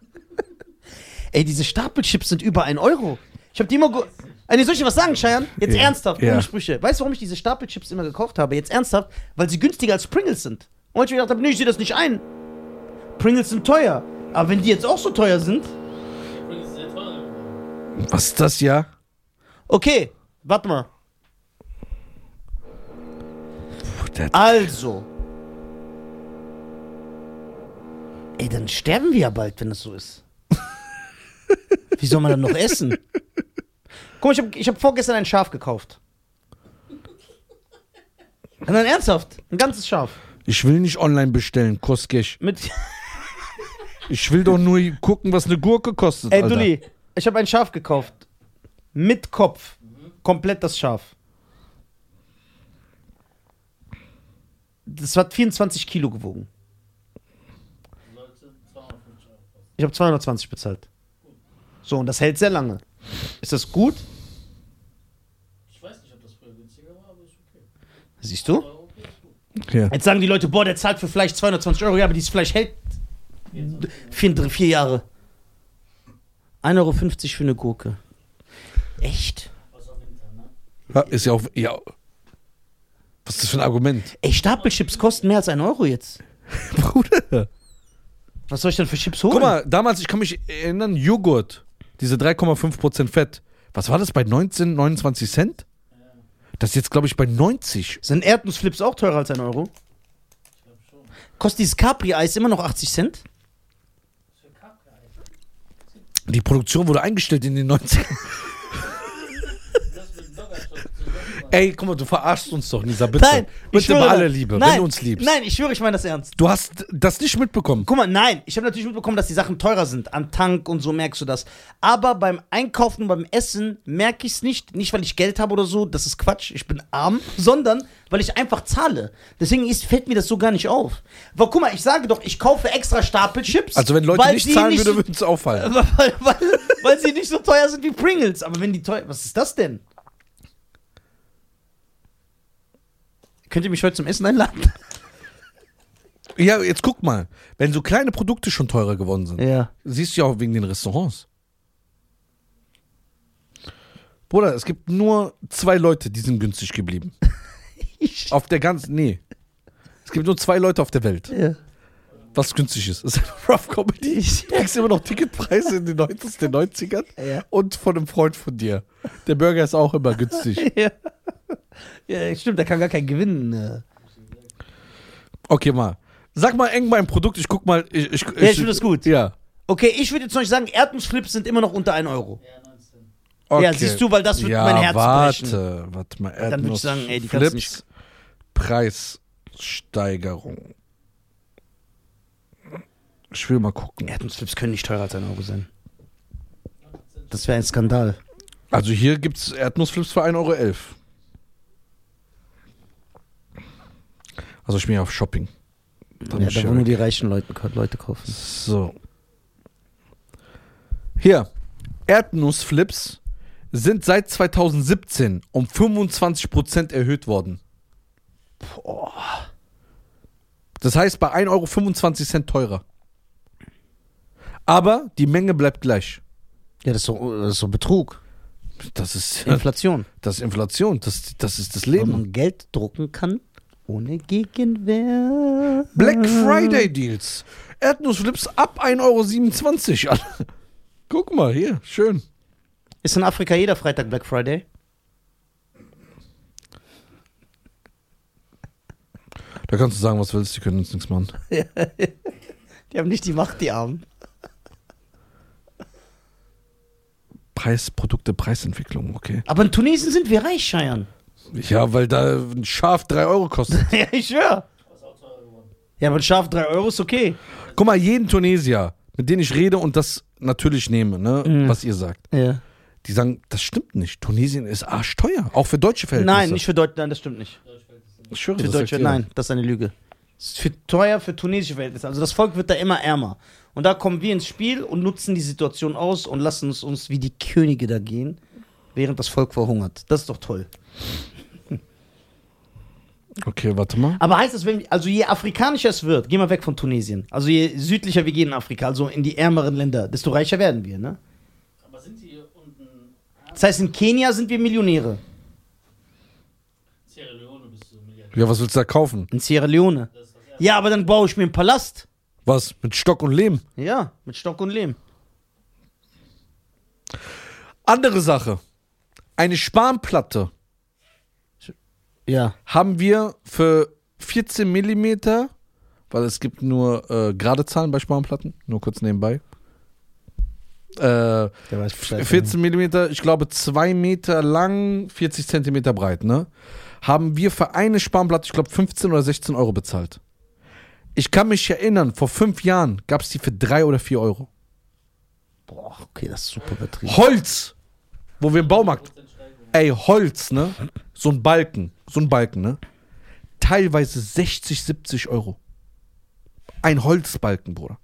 [SPEAKER 2] Ey, diese Stapelchips sind über 1 Euro. Ich habe die immer. ge- Ey, nee, soll ich dir was sagen, Scheiern? Jetzt
[SPEAKER 1] Ja.
[SPEAKER 2] ernsthaft,
[SPEAKER 1] Ja.
[SPEAKER 2] ohne Sprüche. Weißt du, warum ich diese Stapelchips immer gekauft habe? Jetzt ernsthaft, weil sie günstiger als Pringles sind. Und ich mir gedacht habe, nee, ich sehe das nicht ein. Pringles sind teuer. Aber wenn die jetzt auch so teuer sind.
[SPEAKER 3] Übrigens sehr teuer geworden.
[SPEAKER 1] Was ist das ja?
[SPEAKER 2] Okay, warte mal.
[SPEAKER 1] der-
[SPEAKER 2] Also. Ey, dann sterben wir ja bald, wenn das so ist. Wie soll man dann noch essen? Guck mal, ich habe ich hab vorgestern ein Schaf gekauft. Und dann ernsthaft, ein ganzes Schaf.
[SPEAKER 1] Ich will nicht online bestellen, Koskisch.
[SPEAKER 2] Mit,
[SPEAKER 1] Ich will doch nur gucken, was eine Gurke kostet.
[SPEAKER 2] ey,
[SPEAKER 1] Alter.
[SPEAKER 2] Dulli, ich habe ein Schaf gekauft. Mit Kopf. Komplett das Schaf. Das hat 24 Kilo gewogen.
[SPEAKER 3] Sollte 250 Euro kosten.
[SPEAKER 2] Ich habe 220 bezahlt. So, und das hält sehr lange. Ist das gut?
[SPEAKER 3] Ich weiß nicht, ob das früher günstiger war, aber ist okay.
[SPEAKER 2] Siehst du?
[SPEAKER 3] Euro okay, ist gut.
[SPEAKER 1] Ja.
[SPEAKER 2] Jetzt sagen die Leute, boah, der zahlt für Fleisch 220 Euro, ja, aber dieses Fleisch hält d- vier, drei- vier Jahre. 1,50 Euro für eine Gurke. Echt?
[SPEAKER 3] Außer Winter, ne?
[SPEAKER 1] Ja, Ist ja auch. Ja. Was ist das für ein Argument?
[SPEAKER 2] Ey, Stapelchips kosten mehr als 1 Euro jetzt.
[SPEAKER 1] Bruder.
[SPEAKER 2] Was soll ich denn für Chips holen?
[SPEAKER 1] Guck mal, damals, ich kann mich erinnern, Joghurt, diese 3,5% Fett. Was war das bei 19, 29 Cent? Das ist jetzt, glaube ich, bei 90.
[SPEAKER 2] Sind Erdnussflips auch teurer als 1 Euro?
[SPEAKER 3] Ich glaube schon.
[SPEAKER 2] Kostet dieses Capri-Eis immer noch 80 Cent?
[SPEAKER 3] Ist für Kacke, Alter.
[SPEAKER 1] Die Produktion wurde eingestellt in den 90ern.
[SPEAKER 3] Das mit Bloggershop zusammen.
[SPEAKER 1] Ey, guck mal, du verarschst uns doch, Nisa, bitte.
[SPEAKER 2] ich
[SPEAKER 1] bitte bei
[SPEAKER 2] schwöre-
[SPEAKER 1] aller Liebe,
[SPEAKER 2] nein,
[SPEAKER 1] wenn du uns liebst.
[SPEAKER 2] Nein, ich schwöre, ich meine das ernst.
[SPEAKER 1] Du hast das nicht mitbekommen.
[SPEAKER 2] Guck mal, nein, ich habe natürlich mitbekommen, dass die Sachen teurer sind. Am Tank und so merkst du das. Aber beim Einkaufen und beim Essen merke ich es nicht. Nicht, weil ich Geld habe oder so, das ist Quatsch, ich bin arm, sondern weil ich einfach zahle. Deswegen ist, fällt mir das so gar nicht auf. Aber guck mal, ich sage doch, ich kaufe extra Stapel Chips.
[SPEAKER 1] Also, wenn Leute
[SPEAKER 2] weil
[SPEAKER 1] nicht
[SPEAKER 2] die
[SPEAKER 1] zahlen
[SPEAKER 2] nicht Äh,
[SPEAKER 1] würden,
[SPEAKER 2] so-
[SPEAKER 1] würde es auffallen.
[SPEAKER 2] weil, weil, weil sie nicht so teuer sind wie Pringles. Aber wenn die teuer. Was ist das denn? Könnt ihr mich heute zum Essen einladen?
[SPEAKER 1] Ja, jetzt guck mal. Wenn so kleine Produkte schon teurer geworden sind,
[SPEAKER 2] Ja.
[SPEAKER 1] siehst du ja auch wegen den Restaurants. Bruder, es gibt nur zwei Leute, die sind günstig geblieben. Auf der ganzen. Nee. Es gibt nur zwei Leute auf der Welt,
[SPEAKER 2] ja.
[SPEAKER 1] was günstig ist. Es ist einfach Rough Comedy. Du kriegst immer noch Ticketpreise in den 90, den 90ern
[SPEAKER 2] Ja.
[SPEAKER 1] und von einem Freund von dir. Der Burger ist auch immer günstig.
[SPEAKER 2] Ja.
[SPEAKER 5] Ja, stimmt, da kann gar kein Gewinn.
[SPEAKER 2] ne.
[SPEAKER 5] Äh.
[SPEAKER 1] Okay, mal. Sag mal eng mein Produkt, ich guck mal. Ich, ich,
[SPEAKER 2] Ja, ich finde das gut.
[SPEAKER 1] Ja.
[SPEAKER 2] Okay, ich würde jetzt noch nicht sagen, Erdnussflips sind immer noch unter 1 Euro.
[SPEAKER 3] Ja, 19.
[SPEAKER 1] Okay.
[SPEAKER 2] Ja, siehst du, weil das wird
[SPEAKER 1] ja,
[SPEAKER 2] mein Herz
[SPEAKER 1] warte,
[SPEAKER 2] brechen.
[SPEAKER 1] Warte mal,
[SPEAKER 2] Dann würde ich sagen, ey, die kannst du
[SPEAKER 1] Flips,
[SPEAKER 2] nicht.
[SPEAKER 1] Preissteigerung. Ich will mal gucken.
[SPEAKER 2] Erdnussflips können nicht teurer als 1 Euro sein. Das wäre ein Skandal.
[SPEAKER 1] Also hier gibt's Erdnussflips für 1,11 Euro. Also ich bin ja auf Shopping. Da
[SPEAKER 2] Ja,
[SPEAKER 1] muss ich
[SPEAKER 2] da
[SPEAKER 1] ja
[SPEAKER 2] wollen nur
[SPEAKER 1] weg.
[SPEAKER 2] die reichen Leute, Leute kaufen.
[SPEAKER 1] So. Hier, Erdnussflips sind seit 2017 um 25% erhöht worden. Das heißt bei 1,25 Euro teurer. Aber die Menge bleibt gleich.
[SPEAKER 2] Ja, das ist so, das ist so Betrug.
[SPEAKER 1] Das ist,
[SPEAKER 2] Inflation.
[SPEAKER 1] das ist Inflation, das, das ist das
[SPEAKER 2] Weil
[SPEAKER 1] Leben.
[SPEAKER 2] man Geld drucken kann ohne Gegenwehr.
[SPEAKER 1] Black Friday Deals. Erdnussflips ab 1,27 Euro. Guck mal, hier, schön.
[SPEAKER 2] Ist in Afrika jeder Freitag Black Friday?
[SPEAKER 1] Da kannst du sagen, was willst, die können uns nichts machen.
[SPEAKER 2] Die haben nicht die Macht, die Armen.
[SPEAKER 1] Preis, Produkte, Preisentwicklung, okay.
[SPEAKER 2] Aber in Tunesien sind wir reich, Scheiern.
[SPEAKER 1] Ja, weil da ein Schaf 3 Euro kostet.
[SPEAKER 2] ja, ich schwör.
[SPEAKER 3] Was auch teurer geworden.
[SPEAKER 2] Ja, aber ein Schaf 3 Euro ist okay.
[SPEAKER 1] Guck mal, jeden Tunesier, mit dem ich rede und das natürlich nehme, ne,
[SPEAKER 2] Mhm.
[SPEAKER 1] was ihr sagt,
[SPEAKER 2] Ja.
[SPEAKER 1] die sagen, das stimmt nicht. Tunesien ist arschteuer, auch für deutsche Verhältnisse.
[SPEAKER 2] Nein, nicht für Deutsche, nein, das stimmt nicht.
[SPEAKER 1] ich schwöre,
[SPEAKER 2] Für
[SPEAKER 1] das sagt
[SPEAKER 2] Deutsche,
[SPEAKER 1] jeder.
[SPEAKER 2] nein, das ist eine Lüge. Es ist für teuer für tunesische Verhältnisse. Also das Volk wird da immer ärmer. Und da kommen wir ins Spiel und nutzen die Situation aus und lassen es uns wie die Könige da gehen, während das Volk verhungert. Das ist doch toll.
[SPEAKER 1] Okay, warte mal.
[SPEAKER 2] Aber heißt das, wenn, also je afrikanischer es wird, geh mal weg von Tunesien, also je südlicher wir gehen in Afrika, also in die ärmeren Länder, desto reicher werden wir, ne?
[SPEAKER 3] Aber sind die hier unten.
[SPEAKER 2] Das heißt, in Kenia sind wir Millionäre.
[SPEAKER 3] Sierra Leone bist du Milliardär.
[SPEAKER 1] Ja, was willst du da kaufen?
[SPEAKER 2] In Sierra Leone.
[SPEAKER 3] Das ist das Erste.
[SPEAKER 2] Ja, aber dann baue ich mir einen Palast.
[SPEAKER 1] Was? Mit Stock und Lehm?
[SPEAKER 2] Ja, mit Stock und Lehm.
[SPEAKER 1] Andere Sache. Eine Spanplatte
[SPEAKER 2] Ja.
[SPEAKER 1] haben wir für 14 Millimeter, weil es gibt nur äh, gerade Zahlen bei Spanplatten, nur kurz nebenbei. Äh,
[SPEAKER 2] Der weiß
[SPEAKER 1] 14 Millimeter, ich glaube 2 Meter lang, 40 Zentimeter breit, ne? Haben wir für eine Spanplatte, ich glaube 15 oder 16 Euro bezahlt. Ich kann mich erinnern, vor fünf Jahren gab es die für 3 oder 4 Euro.
[SPEAKER 2] Boah, okay, das ist super übertrieben.
[SPEAKER 1] Holz! Wo wir im Baumarkt.
[SPEAKER 3] Prozent Steigerung.
[SPEAKER 1] Ey, Holz, ne? So ein Balken. So ein Balken, ne? Teilweise 60, 70 Euro. Ein Holzbalken, Bruder.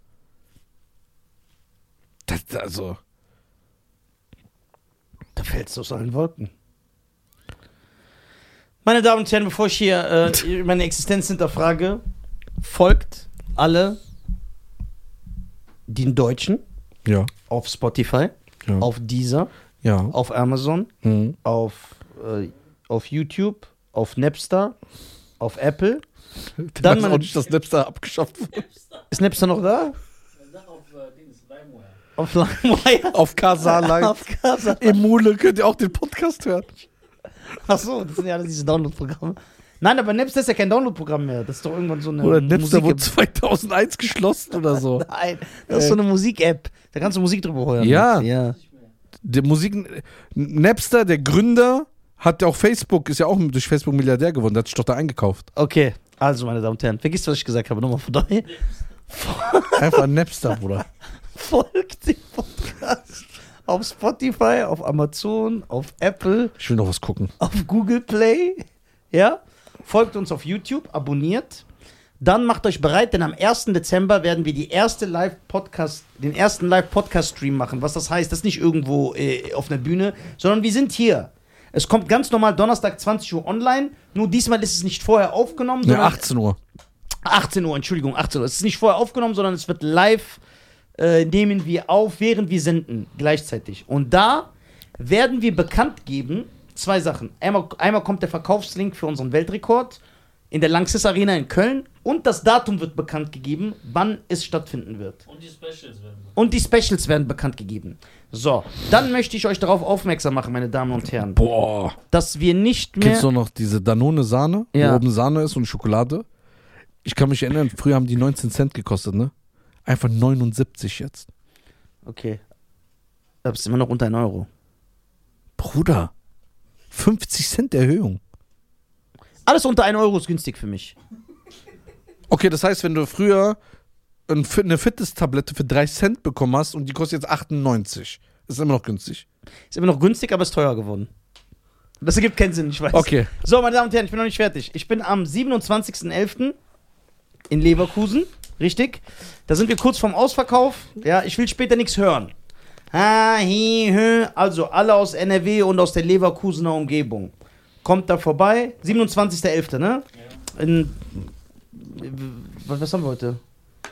[SPEAKER 1] Das, also.
[SPEAKER 2] Da fällst du aus allen Wolken. Meine Damen und Herren, bevor ich hier äh, meine Existenz hinterfrage, folgt alle den Deutschen
[SPEAKER 1] Ja.
[SPEAKER 2] auf Spotify,
[SPEAKER 1] Ja.
[SPEAKER 2] auf Deezer,
[SPEAKER 1] ja.
[SPEAKER 2] auf Amazon,
[SPEAKER 1] Mhm.
[SPEAKER 2] auf, äh, auf YouTube, auf Napster, auf Apple. Dann
[SPEAKER 1] weiß
[SPEAKER 2] meine-
[SPEAKER 1] auch nicht, dass Napster abgeschafft wurde.
[SPEAKER 2] Ist Napster noch da?
[SPEAKER 3] Sag auf äh, Dings, Limeware.
[SPEAKER 2] Auf LimeWire?
[SPEAKER 1] Auf Casa
[SPEAKER 2] Auf
[SPEAKER 1] Live.
[SPEAKER 2] Casa.
[SPEAKER 1] Im Mule könnt ihr auch den Podcast hören.
[SPEAKER 2] Achso, das sind ja alle diese Download-Programme. Nein, aber Napster ist ja kein Download-Programm mehr. Das ist doch irgendwann so eine
[SPEAKER 1] Oder Napster
[SPEAKER 2] Musik-
[SPEAKER 1] wurde 2001 geschlossen oder so.
[SPEAKER 2] Nein, das ist so eine Musik-App. Da kannst du Musik drüber hören.
[SPEAKER 1] Ja.
[SPEAKER 2] ja.
[SPEAKER 3] Nicht mehr.
[SPEAKER 1] Der Musik Napster, der Gründer, hat ja auch Facebook, ist ja auch durch Facebook Milliardär geworden. Der hat sich doch da eingekauft.
[SPEAKER 2] Okay, also meine Damen und Herren, vergisst, was ich gesagt habe. Nochmal von daher.
[SPEAKER 1] Einfach Napster, Bruder.
[SPEAKER 2] Folgt dem Podcast auf Spotify, auf Amazon, auf Apple,
[SPEAKER 1] Ich will noch was gucken.
[SPEAKER 2] auf Google Play. Ja. Folgt uns auf YouTube, abonniert. Dann macht euch bereit, denn am 1. Dezember werden wir die erste Live -Podcast, den ersten Live-Podcast-Stream machen. Was das heißt, das ist nicht irgendwo äh, auf einer Bühne, sondern wir sind hier. Es kommt ganz normal Donnerstag 20 Uhr online. Nur diesmal ist es nicht vorher aufgenommen,
[SPEAKER 1] Ne,
[SPEAKER 2] sondern
[SPEAKER 1] 18 Uhr.
[SPEAKER 2] 18 Uhr, Entschuldigung, 18 Uhr. Es ist nicht vorher aufgenommen, sondern es wird live, äh, nehmen wir auf, während wir senden, gleichzeitig. Und da werden wir bekannt geben, zwei Sachen. Einmal, einmal kommt der Verkaufslink für unseren Weltrekord in der Lanxess Arena in Köln und das Datum wird bekannt gegeben, wann es stattfinden wird.
[SPEAKER 3] Und die Specials werden.
[SPEAKER 2] Und die Specials werden bekannt gegeben. So, dann möchte ich euch darauf aufmerksam machen, meine Damen und Herren,
[SPEAKER 1] Boah.
[SPEAKER 2] dass wir nicht mehr.
[SPEAKER 1] Kennst du noch diese Danone-Sahne,
[SPEAKER 2] Ja.
[SPEAKER 1] wo oben Sahne ist und Schokolade? Ich kann mich erinnern, früher haben die 19 Cent gekostet, ne? Einfach 79 jetzt.
[SPEAKER 2] Okay. Da bist du immer noch unter 1 Euro.
[SPEAKER 1] Bruder, 50 Cent Erhöhung.
[SPEAKER 2] Alles unter 1 Euro ist günstig für mich.
[SPEAKER 1] Okay, das heißt, wenn du früher ein Fi- eine Fitness-Tablette für 3 Cent bekommen hast und die kostet jetzt 98, ist immer noch günstig.
[SPEAKER 2] Ist immer noch günstig, aber ist teuer geworden. Das ergibt keinen Sinn, ich weiß.
[SPEAKER 1] Okay.
[SPEAKER 2] So, meine Damen und Herren, ich bin noch nicht fertig. Ich bin am 27.11. in Leverkusen, richtig? Da sind wir kurz vorm Ausverkauf. Ja, ich will später nichts hören. Ha, hi, hö. Also alle aus NRW und aus der Leverkusener Umgebung. Kommt da vorbei. 27.11., ne? In, was, was haben wir heute?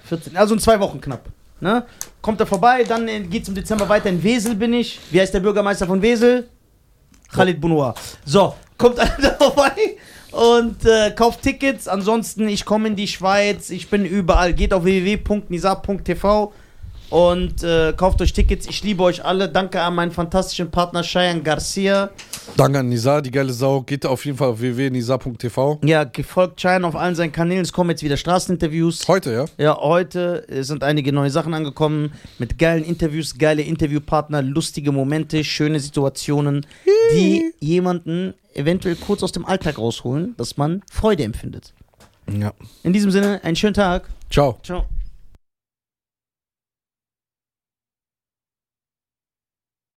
[SPEAKER 2] 14, also in zwei Wochen knapp. Ne? Kommt da vorbei, dann geht es im Dezember weiter. In Wesel bin ich. Wie heißt der Bürgermeister von Wesel? Khalid Bunua. So, kommt alle da vorbei und äh, kauft Tickets. Ansonsten, ich komme in die Schweiz, ich bin überall. Geht auf www.nisa.tv und äh, kauft euch Tickets. Ich liebe euch alle. Danke an meinen fantastischen Partner Cheyenne Garcia.
[SPEAKER 1] Danke an Nisa, die geile Sau. Geht auf jeden Fall auf www.nisa.tv.
[SPEAKER 2] Ja, gefolgt Cheyenne auf allen seinen Kanälen. Es kommen jetzt wieder Straßeninterviews.
[SPEAKER 1] Heute, ja?
[SPEAKER 2] Ja, heute äh, sind einige neue Sachen angekommen mit geilen Interviews, geile Interviewpartner, lustige Momente, schöne Situationen, die jemanden eventuell kurz aus dem Alltag rausholen, dass man Freude empfindet.
[SPEAKER 1] Ja.
[SPEAKER 2] In diesem Sinne, einen schönen Tag.
[SPEAKER 1] Ciao.
[SPEAKER 2] Ciao.